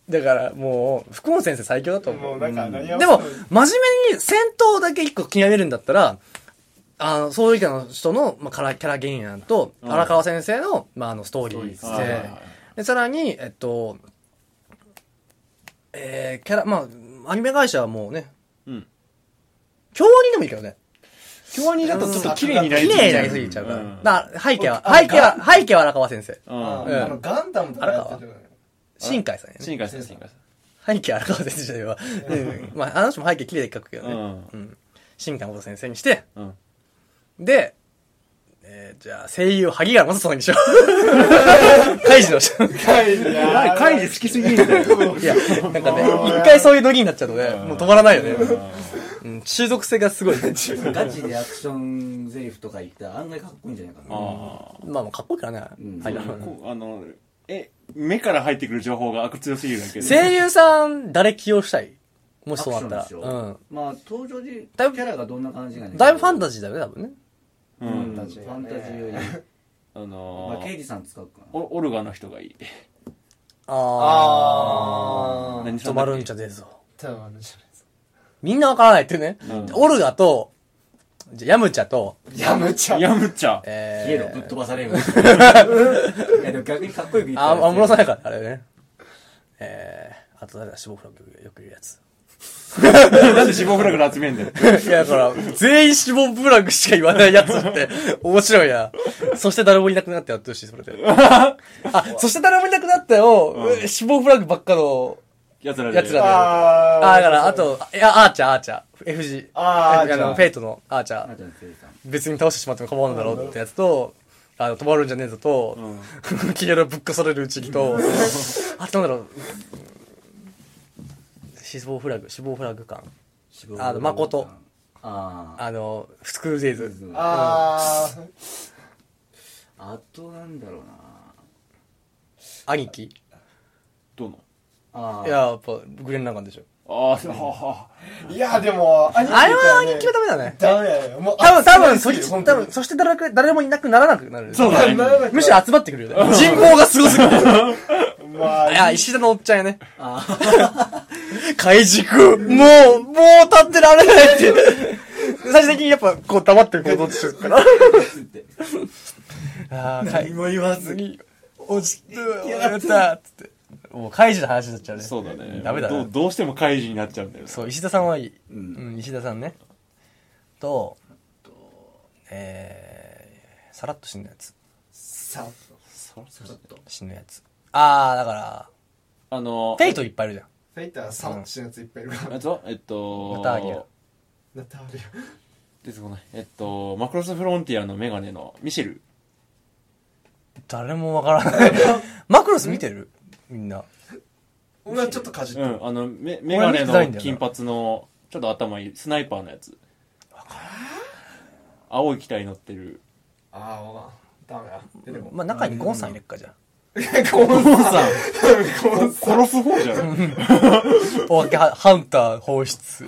Speaker 2: だからもう、福本先生最強だと思う。
Speaker 3: もうなんか何や
Speaker 2: でも、真面目に戦闘だけ一個気に上げるんだったら、あの、そういうキャラの人の、まあ、キャラ、キャラ原案と、
Speaker 1: うん
Speaker 2: 荒川先生の、まあ、あの、ストーリーで
Speaker 1: ストーリーはいはいはい
Speaker 2: で、さらに、えっと、えー、キャラ、まあ、アニメ会社はもうね、
Speaker 1: うん。
Speaker 2: 京アニでもいいけどね。
Speaker 1: 京アニだとちょっと綺麗になり
Speaker 2: 綺
Speaker 1: すぎ
Speaker 2: 麗になりすぎちゃうから。だから、背景は、
Speaker 3: あ
Speaker 2: 背景は、背景は荒川先生。
Speaker 3: あ
Speaker 1: うん。うん
Speaker 2: ええ
Speaker 3: ーあのガンダムとかやってるよね
Speaker 2: 新海さんやね。
Speaker 1: 新海さん、新海さ
Speaker 2: 背景荒川先生じゃないわ。うんまあ、あの人も背景綺麗で描くけどね。
Speaker 1: うん
Speaker 2: うん。新海誠先生にして、
Speaker 1: ん。うん。
Speaker 2: で、えー、じゃあ声優、萩原正人にしよう。 <laughs> カイジの人。
Speaker 3: 怪獣
Speaker 1: あカイジ好きすぎるんだよ。
Speaker 2: いや、なんかね
Speaker 3: お、ー
Speaker 2: 一回そういうノリになっちゃうとね、もう止まらないよね。
Speaker 1: う
Speaker 2: うん、 <laughs> 中毒性がすごい。
Speaker 4: ガチでアクションゼリフとか言ったら案外かっこいいんじゃないか
Speaker 1: ん
Speaker 4: な
Speaker 1: ああ。
Speaker 2: まあ、もうかっこいいからね
Speaker 4: うん。
Speaker 2: 萩
Speaker 1: あ
Speaker 2: 原
Speaker 1: のこうあの、え、目から入ってくる情報が悪強すぎるだけで。
Speaker 2: 声優さん、誰起用したいもしそうなった
Speaker 4: ア
Speaker 2: ら
Speaker 4: ク。ションでし
Speaker 2: う
Speaker 4: ょ
Speaker 2: ん。
Speaker 4: まあ登場でキ
Speaker 2: だいぶ
Speaker 4: ャラがどんな感じがね
Speaker 2: だいぶファンタジーだよね、多分ね。
Speaker 1: う
Speaker 4: うん
Speaker 1: ん。
Speaker 4: ファンタジーより
Speaker 1: あ
Speaker 4: まあ
Speaker 1: の
Speaker 4: 刑
Speaker 1: ー、
Speaker 4: 事さん使うかな
Speaker 1: オオルガの人がいい。
Speaker 2: あ
Speaker 3: あー
Speaker 1: 何
Speaker 2: ー。止まるんじゃねえぞ。
Speaker 3: 多分あれじゃないですか
Speaker 2: みんなわからないっていうね
Speaker 1: うん。
Speaker 2: オルガと、じゃあヤムチャと、
Speaker 3: やむちゃ
Speaker 1: ヤムチャ。
Speaker 2: えー、
Speaker 4: 消えろぶっ飛ば <laughs> されるいやでも逆にかっこよく言った
Speaker 2: あ、安室さん
Speaker 4: ん
Speaker 2: やから、あれね。えー、あと誰だ、死亡フラグよく言うやつ。
Speaker 1: なんで死亡フラグの集めんだよ。
Speaker 2: いや、だから、全員死亡フラグしか言わないやつって、面白いな。そして誰もいなくなってやってほしい、それ
Speaker 3: <laughs>
Speaker 2: で。あ、そして誰もいなくなったよ、死亡フラグばっかの、
Speaker 1: 奴らで。
Speaker 2: 奴らで
Speaker 3: あ
Speaker 2: あ、だから、あと、いや、アーチャー、アーチャー。FG。
Speaker 3: あーアーチャー
Speaker 2: の、フェイトのアーチャ
Speaker 4: あ
Speaker 2: ー。
Speaker 4: とは刑事さん
Speaker 2: 別に倒してしまっても構わんだろうってやつと、あの、止まるんじゃねえぞと、 <laughs>
Speaker 1: うん。
Speaker 2: 黄色ぶっこされるうちにと、あとなんだろう、死亡フラグ、死亡フラグ感。
Speaker 4: 死亡
Speaker 2: あの誠
Speaker 4: ああ
Speaker 2: あの、スクールデイズ。
Speaker 3: あー
Speaker 4: あとなんだろうな
Speaker 2: 兄貴。い
Speaker 1: どうの
Speaker 4: ああ
Speaker 2: や、やっぱ、グレンランガンでしょ。
Speaker 1: ああ、そうはあ
Speaker 3: いやでも兄貴
Speaker 2: あれは
Speaker 3: ね
Speaker 2: 兄貴はダメだね。
Speaker 3: ダメだよもう
Speaker 2: 多分、多分、
Speaker 3: 熱
Speaker 2: そ
Speaker 3: い
Speaker 2: っ
Speaker 3: です
Speaker 2: ち、
Speaker 3: よ
Speaker 2: 多分、そして誰か誰もいなくならなくなる。
Speaker 1: そうだね。
Speaker 3: ならな
Speaker 2: むしろ集まってくるよね。人口がすごす <laughs> ぎる。
Speaker 3: まあ
Speaker 2: いや、石田のおっちゃんやね。
Speaker 4: あ
Speaker 2: <laughs> 海軸、もう、もう立ってられない <laughs> って。最終的にやっぱ、こう黙って行動してるから。ああ、何も言わずに、落ちて、やった、つって。もう、カイジの話になっちゃうね。
Speaker 1: そうだね。
Speaker 2: ダメだ
Speaker 1: ど
Speaker 2: な
Speaker 1: う。どうしても怪獣になっちゃうんだよ。
Speaker 2: そう、石田さんはいい。
Speaker 4: う
Speaker 2: うんん、石田さんね。と、えー、さらっと死ぬやつ。
Speaker 3: さ
Speaker 4: さらっと
Speaker 2: 死ぬやつ。あー、だから、
Speaker 1: あの
Speaker 2: フェイトいっぱいいるじゃん。
Speaker 3: フェイターさん死ぬやついっぱいいるから
Speaker 1: あと、えっと、
Speaker 2: ナターリア。
Speaker 3: ナターリ
Speaker 1: 出てこないえっとマクロスフロンティアのメガネのミシェル
Speaker 2: 誰もわから <laughs> ない。マクロス見てるみんな。
Speaker 3: 俺はちょっとかじっ
Speaker 1: う
Speaker 3: た
Speaker 1: んあのメメガネ
Speaker 2: 見てないんだ
Speaker 1: の
Speaker 2: よ
Speaker 1: 金
Speaker 2: な
Speaker 1: 髪のちょっと頭いいスナイパーのやつ青い機体乗ってる
Speaker 3: ああわかんダメだ出てこ
Speaker 2: まあ、中にゴンさん入れっか、じゃあ。
Speaker 1: ゴンさん殺す方じゃん
Speaker 2: お化けハハンター放 <laughs> 出。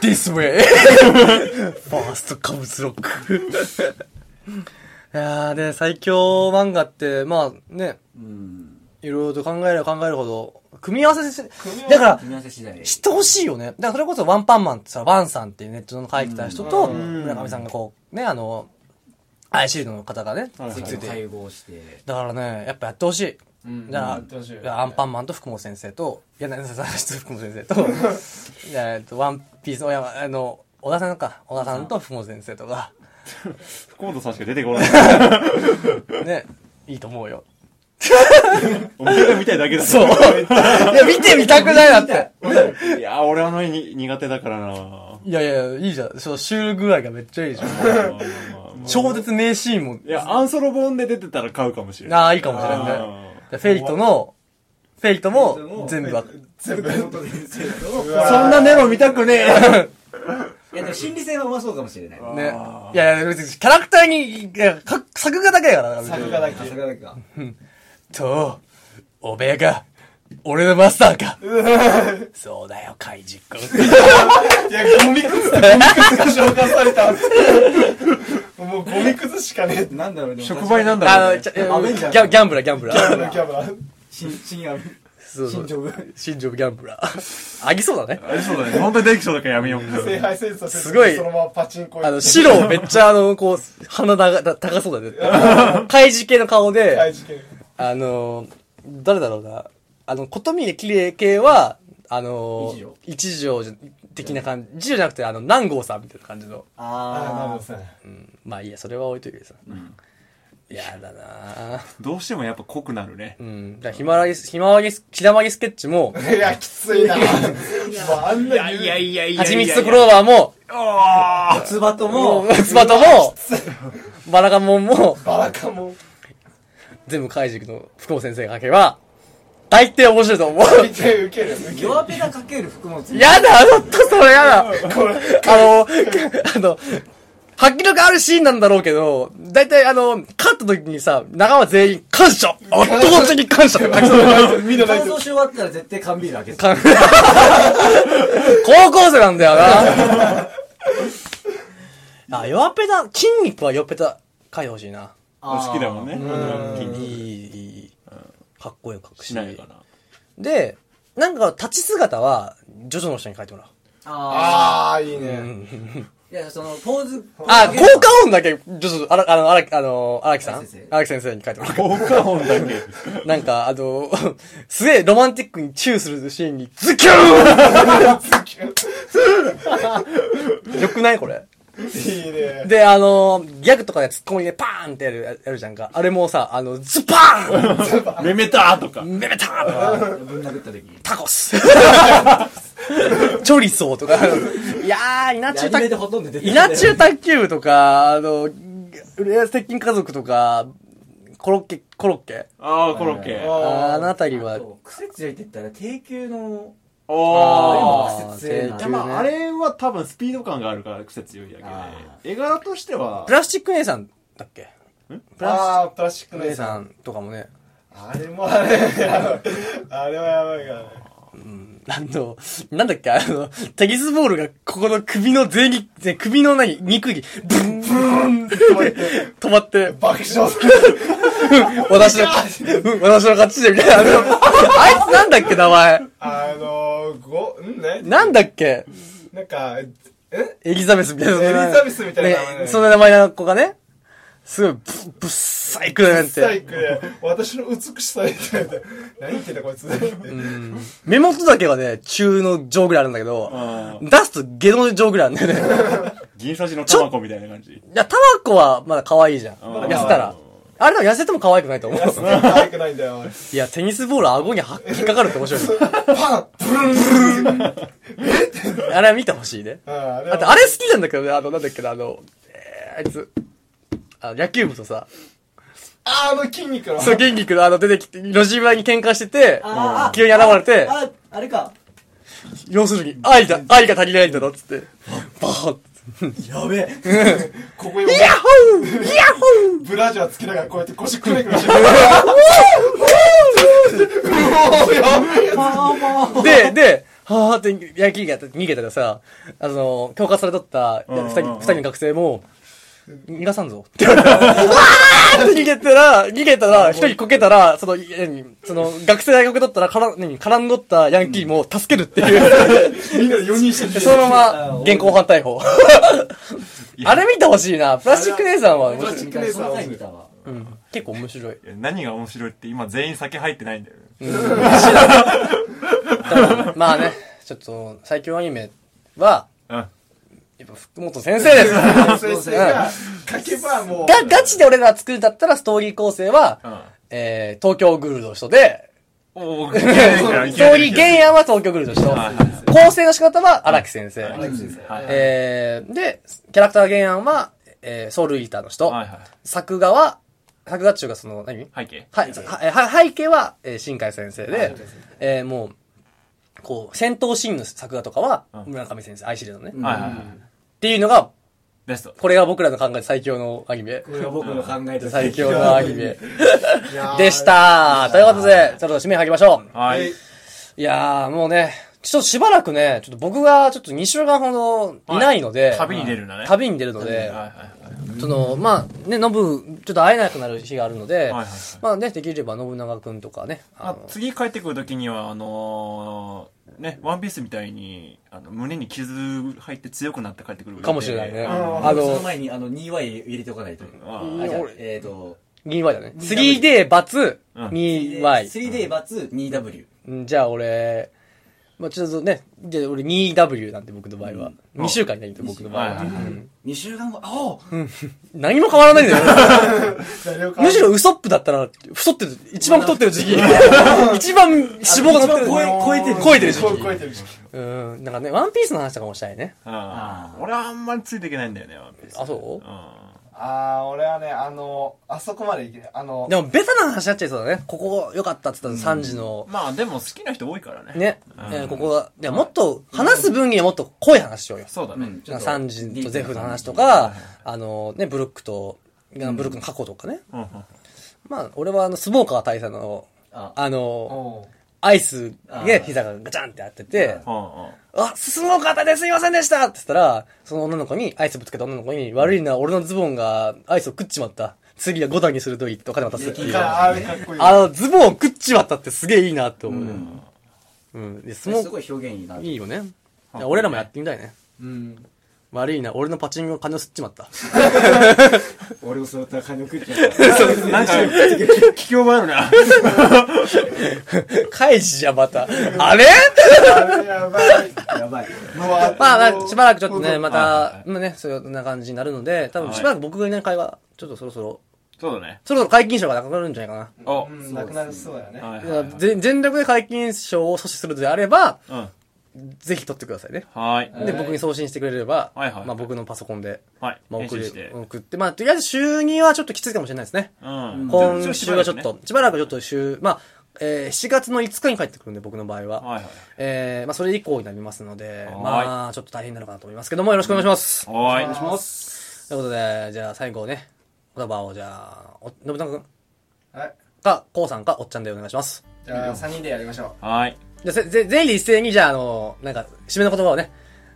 Speaker 2: This way! <laughs> ファーストカブスロック。いやーで、最強漫画って、まあね、
Speaker 4: うん
Speaker 2: いろいろと考えれば考えるほど、組み合わせし、
Speaker 3: せ
Speaker 2: だから
Speaker 4: 組、み合わせ次第
Speaker 2: 知ってほしいよね。だからそれこそワンパンマンってさ、ワンさんっていうネットの書いてた人と、
Speaker 1: うん
Speaker 2: 村上さんがこう、ね、あの、アイシールドの方がね、
Speaker 1: はいはい
Speaker 2: つい
Speaker 4: 次
Speaker 2: て
Speaker 4: の
Speaker 2: て。
Speaker 4: 会合して
Speaker 2: だからね、やっぱやってほしい。
Speaker 3: うん
Speaker 2: じゃあ
Speaker 3: やってほしい
Speaker 2: アンパンマンと福本先生と、いや、なさ福本先生と、いやえっと、ワンピースの、いやあの、小田さんか、小田さんと福本先生とか、
Speaker 1: 福本さんしか出てこない
Speaker 2: ね、いいと思うよ。
Speaker 1: お前が見たいだけだ
Speaker 2: そう。いや、見てみたくないなって。
Speaker 1: いや俺あの絵に苦手だからない
Speaker 2: やいや、いいじゃん。そのシュール具合がめっちゃいいじゃん。超絶名シーンも
Speaker 1: い、やアンソロ本で出てたら買うかもしれない
Speaker 2: ああ、いいかもしれないね。でフェイトの、フェイトも全部わ
Speaker 3: 全部
Speaker 1: そんなネロ見たくね
Speaker 4: いやでも心理戦はうまそうかもしれない
Speaker 2: <laughs> ね。いやいや、別にキャラクターに、いやか作画だけだからな、別に
Speaker 3: 作画だけ
Speaker 4: あそれだけか
Speaker 2: と、おべえが、俺のマスターか。そうだよ、怪獣君。
Speaker 3: いやゴミくずゴミくずが紹介されたもうゴミくずしかねえって
Speaker 4: なんだろう
Speaker 1: え
Speaker 4: ね
Speaker 1: 触媒なんだ
Speaker 2: あ
Speaker 1: ろう
Speaker 2: の、
Speaker 1: ね
Speaker 2: ちょ
Speaker 4: アベンジャー
Speaker 2: ギャギャンブラー、ギャンブラー。
Speaker 3: キャバ
Speaker 4: 新新アメ
Speaker 2: そうそう
Speaker 4: 新ジョブ
Speaker 2: 新庄ギャンブラー。ありそうだね。
Speaker 1: あれそうだね本当に電気そうだからやめよう
Speaker 3: 聖杯戦争して
Speaker 2: すごい
Speaker 3: そのままパチンコ
Speaker 2: あ
Speaker 3: 行
Speaker 2: の、
Speaker 3: って
Speaker 2: 白、めっちゃあの、こう、鼻がだ高そうだね。怪獣系の顔
Speaker 3: 大
Speaker 2: で、
Speaker 3: 事件
Speaker 2: あの、誰だろうな。あの、琴峰綺麗系は、あの
Speaker 4: 一条、
Speaker 2: 一条じゃ的な感じ。一条じゃなくて、あの、南郷さんみたいな感じの。
Speaker 3: あ
Speaker 4: あ
Speaker 3: あなる
Speaker 2: うんまあいいや、それは置いといてさ。いやだなぁ。
Speaker 1: どうしてもやっぱ濃くなるね
Speaker 2: うん。だからひまわり、ひまわり、ひだまりスケッチも、
Speaker 3: ほどいやきつ <laughs> いなもうあんなに
Speaker 1: いやい
Speaker 2: はちみつとクローバーも、
Speaker 4: あつばとも
Speaker 2: つばとも、バラガモンも、
Speaker 3: バラかも
Speaker 2: 全部怪獣の福本先生が書けば、大抵面白いと思う。
Speaker 3: 見て受ける受ける
Speaker 4: 弱ペダかける福本さん
Speaker 2: やだ、ちょっとそれやだ。あ
Speaker 3: これ
Speaker 2: の、あの、迫力あるシーンなんだろうけど、だいたいあの、勝った時にさ、仲間全員感謝圧倒的
Speaker 1: <laughs>
Speaker 2: に感謝って書きそう
Speaker 3: みんな泣い
Speaker 4: 乾
Speaker 3: てる
Speaker 4: 燥し終わったら絶対缶ビール開けて
Speaker 2: か高校生なんだよな。あ、弱ペダ、筋肉は弱ペダ書いてほしいな。
Speaker 1: 好きだもんね
Speaker 2: いい、
Speaker 1: うん
Speaker 2: いい、いい。かっこよく書く
Speaker 1: しないかな
Speaker 2: で、なんか立ち姿は、ジョジョの人に書いてもらう。
Speaker 4: あ
Speaker 3: ああいいね
Speaker 4: ーいやそのポーズ
Speaker 2: あ、効果音だけ、ジョジョ、あら、あの、荒木あの、荒木さん
Speaker 4: 荒
Speaker 2: 荒
Speaker 4: 木先生
Speaker 2: 木先生に書いてもらう。
Speaker 1: 効果音だけ
Speaker 2: <laughs> なんか、あの、 <laughs> すげえロマンティックにチューするシーンに、ズキューンよくないこれ。
Speaker 3: いいね
Speaker 2: で、あのー、ギャグとかでツッコミでパーンってやる、ややるじゃんか。あれもさ、あの、ズパー
Speaker 1: めめたーとか
Speaker 2: ンメメターン
Speaker 4: ぶん殴った時に
Speaker 2: タコ
Speaker 1: <laughs>
Speaker 2: スチョリソーとか。いやー、稲
Speaker 4: ア
Speaker 2: 中
Speaker 4: ニメで
Speaker 2: 卓、
Speaker 4: ほとんど出て
Speaker 2: 稲中卓球部とか、あの、レース鉄筋家族とか、コロッケ、コロッケ
Speaker 1: ああコロッケ
Speaker 3: あ
Speaker 1: あ
Speaker 2: ああ
Speaker 3: ー
Speaker 2: のあたりは、
Speaker 4: と癖ついてったら低級の
Speaker 1: あ
Speaker 4: ー
Speaker 2: あー
Speaker 4: でも
Speaker 1: い
Speaker 4: 癖
Speaker 1: や
Speaker 4: 強い
Speaker 1: ま
Speaker 4: な
Speaker 1: ああれは多分スピード感があるから癖強いだ
Speaker 4: あ
Speaker 1: けで絵柄としては
Speaker 2: プラスチック姉さんだっけプラ
Speaker 3: あープラスチッ
Speaker 2: スチ
Speaker 3: ク
Speaker 2: ッ
Speaker 3: の
Speaker 2: ク姉
Speaker 3: やつ
Speaker 2: さんとかもね、
Speaker 3: あれもあれやばいあれはやばいからね
Speaker 2: あの、なんだっけ、あの、テニスボールがここの首の前に、前首の何、肉に、ブンブンって止まって、
Speaker 3: 爆笑する
Speaker 2: 私
Speaker 3: <laughs>
Speaker 2: の、うん私の勝ちで、みたいな。あのあいつなんだっけ、名前。
Speaker 3: あのー、ご、んね
Speaker 2: なんだっけ
Speaker 3: なんか、え
Speaker 2: エリザベスみたいな。
Speaker 3: エリザベスみたいな名前だ
Speaker 2: ね
Speaker 3: よね
Speaker 2: そんな名前の子がね、すごい、ぶ、ぶっさいくなっ
Speaker 3: サ
Speaker 2: て。
Speaker 3: イクで、私の美しさみたいな。何言ってんだこいつ。
Speaker 2: うん目元だけはね、中の上ぐらいあるんだけど、
Speaker 1: あー
Speaker 2: 出すと下の上ぐらいあるんだよね。
Speaker 1: 銀刺しの卵みたいな感じ
Speaker 2: いや、タバコはまだ可愛いじゃん。
Speaker 1: うん
Speaker 2: 痩せたら。あれでも痩せても可愛くないと思う。
Speaker 3: そんな可愛くないんだよ、俺
Speaker 2: いや、テニスボール顎には引っかかるって面白いよ。
Speaker 3: パンブルンブルンブル
Speaker 2: <laughs>
Speaker 3: ン
Speaker 2: あれは見てほしいね。
Speaker 3: ああれ
Speaker 2: あと、あれ好きなんだけどね、あの、なんだっけな、あの、えー、あいつ、あの野球部とさ、
Speaker 3: あの筋肉の。
Speaker 2: そう、筋肉のあの、出てきて、路地裏に喧嘩してて、
Speaker 4: あー
Speaker 2: 急に現れて、
Speaker 4: あ、あれか。
Speaker 2: 要するに、愛だ、愛が足りないんだろ、つって。バーッ
Speaker 4: やべえ。
Speaker 3: ここに
Speaker 2: ヤッホーヤッホー
Speaker 3: ブラジャーつけながらこうやって腰くねくねしてる。うおーやばいや
Speaker 4: あーま
Speaker 2: <laughs>
Speaker 4: あ。
Speaker 2: で、で、はーって野球が逃げたらさ、あの、強化されとった
Speaker 1: んうんうん
Speaker 2: 二人、二人の学生も、逃がさんぞ。 <laughs> って言われて、わーって逃げたら、逃げたら、一人こけたら、その、い何その、学生がこけとったら、から、何絡んどったヤンキーも助けるっ
Speaker 1: <laughs>
Speaker 2: ていう。
Speaker 3: つ。みんなで4人して
Speaker 2: で
Speaker 3: る。
Speaker 2: そのまま、現行犯逮捕。あれ見てほしいな。プラスチック姉さんは面
Speaker 3: プラ
Speaker 2: 白
Speaker 3: ス
Speaker 2: い、
Speaker 3: チックレー
Speaker 4: そ
Speaker 3: サー
Speaker 4: の
Speaker 3: を
Speaker 4: 回
Speaker 3: す
Speaker 4: 見
Speaker 3: る
Speaker 4: たわ。
Speaker 2: うん。結構面白い。
Speaker 1: いや何が面白いって今全員酒入ってないんだよね
Speaker 2: まあね、ちょっと、最強アニメは、
Speaker 1: うん
Speaker 2: やっぱ福本先生です。
Speaker 3: 先生が書けばもう。
Speaker 2: が、ガチで俺ら作るんだったら、ストーリー構成は、
Speaker 1: うん
Speaker 2: えー、東京グールドの人で、
Speaker 1: お
Speaker 2: <laughs>
Speaker 1: お
Speaker 2: ストーリー原案は東京グールドの人
Speaker 1: はいはい。
Speaker 2: 構成の仕方は荒木先生。
Speaker 1: はいはいはい
Speaker 2: えー、で、キャラクター原案は、えー、ソウルイーターの人。
Speaker 1: はいはい
Speaker 2: 作画は、作画中がその、何
Speaker 1: 背景
Speaker 2: はい、はえは背景は、えー新海先生で、えーもう、こう、戦闘シーンの作画とかは
Speaker 1: うん、
Speaker 2: 村上先生、アイシールドのね。っ
Speaker 1: はいはいはい
Speaker 2: ていうのが、
Speaker 1: ベスト
Speaker 2: これが僕らの考える最強のアニメ。
Speaker 4: これが僕の考えた
Speaker 2: 最強のアニメ。
Speaker 3: いやー
Speaker 2: でし。た。ということで、ちょっと締め吐きましょう。
Speaker 1: はい
Speaker 2: いやー、もうね、ちょっとしばらくね、ちょっと僕がちょっと2週間ほどいないので、
Speaker 1: 旅に出るんだね
Speaker 2: 旅に出るので、
Speaker 1: はいはいはい
Speaker 2: その、まあ、ね、ノブ、ちょっと会えなくなる日があるので、
Speaker 1: はいはい
Speaker 2: まあね、できれば信長くんとかね、あ
Speaker 1: あ
Speaker 2: の、
Speaker 1: 次帰ってくる時にはあのーねワンピースみたいにあの胸に傷入って強くなって帰ってくる
Speaker 2: かもしれないね。
Speaker 3: ん
Speaker 2: あ
Speaker 4: その
Speaker 2: の、
Speaker 4: 前に、あの、2Y 入れておかないと。
Speaker 1: あ
Speaker 4: あじゃあ
Speaker 2: 俺
Speaker 4: えっと、
Speaker 2: 2Y だね。3D バツ
Speaker 1: うん
Speaker 2: 2Y。
Speaker 4: 3D バツ 2W。
Speaker 2: うんじゃあ俺、まあちょっとね、じゃあ俺 2W なんて僕の場合は。
Speaker 1: ん
Speaker 2: 2週間いないんで僕の場合
Speaker 1: はいはい
Speaker 2: は
Speaker 1: は。
Speaker 4: 2週間後、あおう
Speaker 2: 何も変わらないんだよ。む
Speaker 3: む
Speaker 2: しろウソップだったら、太ってる、一番太ってる時期。 <laughs> 一番脂肪が乗ってる。
Speaker 4: 一番超え超えてる
Speaker 2: 超えてる時期。
Speaker 3: 超えてる時期。
Speaker 2: うん。なんかね、ワンピースの話とかもしたいね。
Speaker 1: あ
Speaker 4: あ
Speaker 1: ー俺はあんまりついていけないんだよねワンピース
Speaker 2: あ、そう
Speaker 1: う
Speaker 3: ああ、俺はね、あの、あそこまでいけない。あの
Speaker 2: で、も、ベタな話になっちゃいそうだね。ここ良かったって言ったら3時の
Speaker 1: ん、まあでも好きな人多いからね
Speaker 2: ね、
Speaker 1: うん
Speaker 2: えーここが、いや、もっと、話す分にはもっと濃い話しようよ。
Speaker 1: そうだ
Speaker 4: う
Speaker 1: ね、
Speaker 4: んちょっと
Speaker 2: 3時とゼフの話と
Speaker 4: ディープな感
Speaker 2: か、あの、ね、ブルックと、ブルックの過去とかね。
Speaker 1: うんうん
Speaker 2: まあ、俺はあの、スモーカー大佐の、
Speaker 4: じあ
Speaker 2: あの、
Speaker 3: おう
Speaker 2: アイス
Speaker 4: あ
Speaker 2: で
Speaker 4: ー
Speaker 2: 膝がガチャンって当ってて、
Speaker 1: うんうん
Speaker 2: あ、スモーカー大佐すいませんでしたって言ったら、その女の子に、アイスぶつけた女の子に、悪いな、俺のズボンがアイスを食っちまった。次は5段にするといいってお金渡すってい。
Speaker 4: いうや
Speaker 2: あ
Speaker 3: ああれかっこいい。
Speaker 2: の、ズボンを食っちまったってすげえいいなって思うね。うん。で、ス
Speaker 4: す
Speaker 2: モーカー
Speaker 4: ごい表現いいな。
Speaker 2: いいよね。
Speaker 1: はい
Speaker 2: いや俺らもやってみたいね。
Speaker 3: うん。
Speaker 2: 悪いな、俺のパチンコの金を吸っちまった。
Speaker 4: 俺もそうた金を食っちゃ
Speaker 1: なんか、聞き覚えあるな。
Speaker 2: 返しじゃまた。あれ
Speaker 3: あれやばい。
Speaker 4: った。やばい。
Speaker 3: のは
Speaker 2: まあ、まあしばらくちょっとね、ま
Speaker 1: はいは
Speaker 2: た、まあね、そんな感じになるので、多分しばらく僕がいない会話、ちょっとそろそろ、
Speaker 1: そうだね。
Speaker 2: そろそろ解禁賞がなくなるんじゃないか
Speaker 1: あ、は
Speaker 3: うん、なくなりそうやね
Speaker 1: い。はいはい。
Speaker 2: な。だからぜ全力で解禁賞を阻止するのであれば、
Speaker 1: うん。は
Speaker 2: ぜひ取ってくださいね。
Speaker 1: ーい。
Speaker 2: で、僕に送信してくれれば、
Speaker 1: はいはい
Speaker 2: まあ僕のパソコンで、
Speaker 1: はい。
Speaker 2: まあ
Speaker 1: 編
Speaker 2: 送
Speaker 1: 集
Speaker 2: り
Speaker 1: して。
Speaker 2: 送って、まあとりあえず週2はちょっときついかもしれないですね。
Speaker 1: うん
Speaker 2: 今週はちょっ。
Speaker 1: しばらく
Speaker 2: と、しばらくちょっと週、まあ、えー7月の5日に帰ってくるんで、僕の場合は。
Speaker 1: ねはい
Speaker 2: えー、まあ、それ以降になりますので、
Speaker 1: はい
Speaker 2: まあ、ちょっと大変になるかなと思いますけども、よろしくお願いします。
Speaker 1: はい。はーい。
Speaker 4: ます。
Speaker 2: ということで、じゃあ最後ね、言葉をじゃあ、お、信長くん
Speaker 3: はい。
Speaker 2: か、こうさんか、おっちゃんでお願いします。
Speaker 3: じゃあ、3人でやりましょう。
Speaker 1: はい。
Speaker 2: じゃあ、ぜ、ぜ、全員で一斉に、じゃあ、あの、なんか、締めの言葉をね、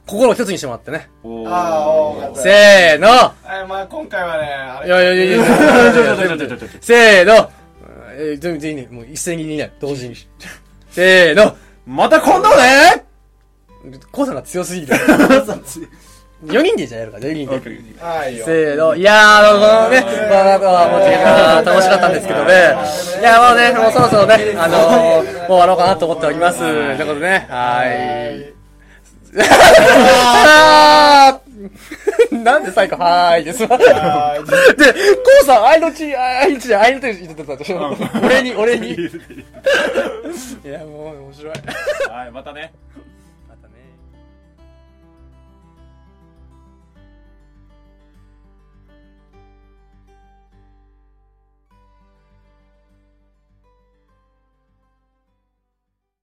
Speaker 2: 心を一つにしてもらってね。
Speaker 1: お
Speaker 3: あーおーよかった
Speaker 2: せーの
Speaker 3: はい、まあ今回はね、あ
Speaker 2: い
Speaker 3: れ。
Speaker 2: やいやいやいや
Speaker 1: ちょちょちょちょちょちょちょ。
Speaker 2: せーのえー、全部全員ね、もう一斉にいない、同時に。せーの
Speaker 1: また今度ね
Speaker 2: えーこうさんが強すぎる。4人でじゃあやるから、4人で。
Speaker 3: はいよ。
Speaker 2: せーの、いやー、あのね、まあ、なんか、もう、楽しかったんですけどね。いや、もうね、もうそろそろね、あのー、もう終わろうかなと思っております。ということでね、はーい。あーなんで最後、はーいですわ。で、
Speaker 4: <laughs>
Speaker 3: あー
Speaker 2: コウさん、あいのち、あいのちじゃ、あいのち言ってたでしょ。俺に、俺に。いや、もう面白い。
Speaker 1: はいまたね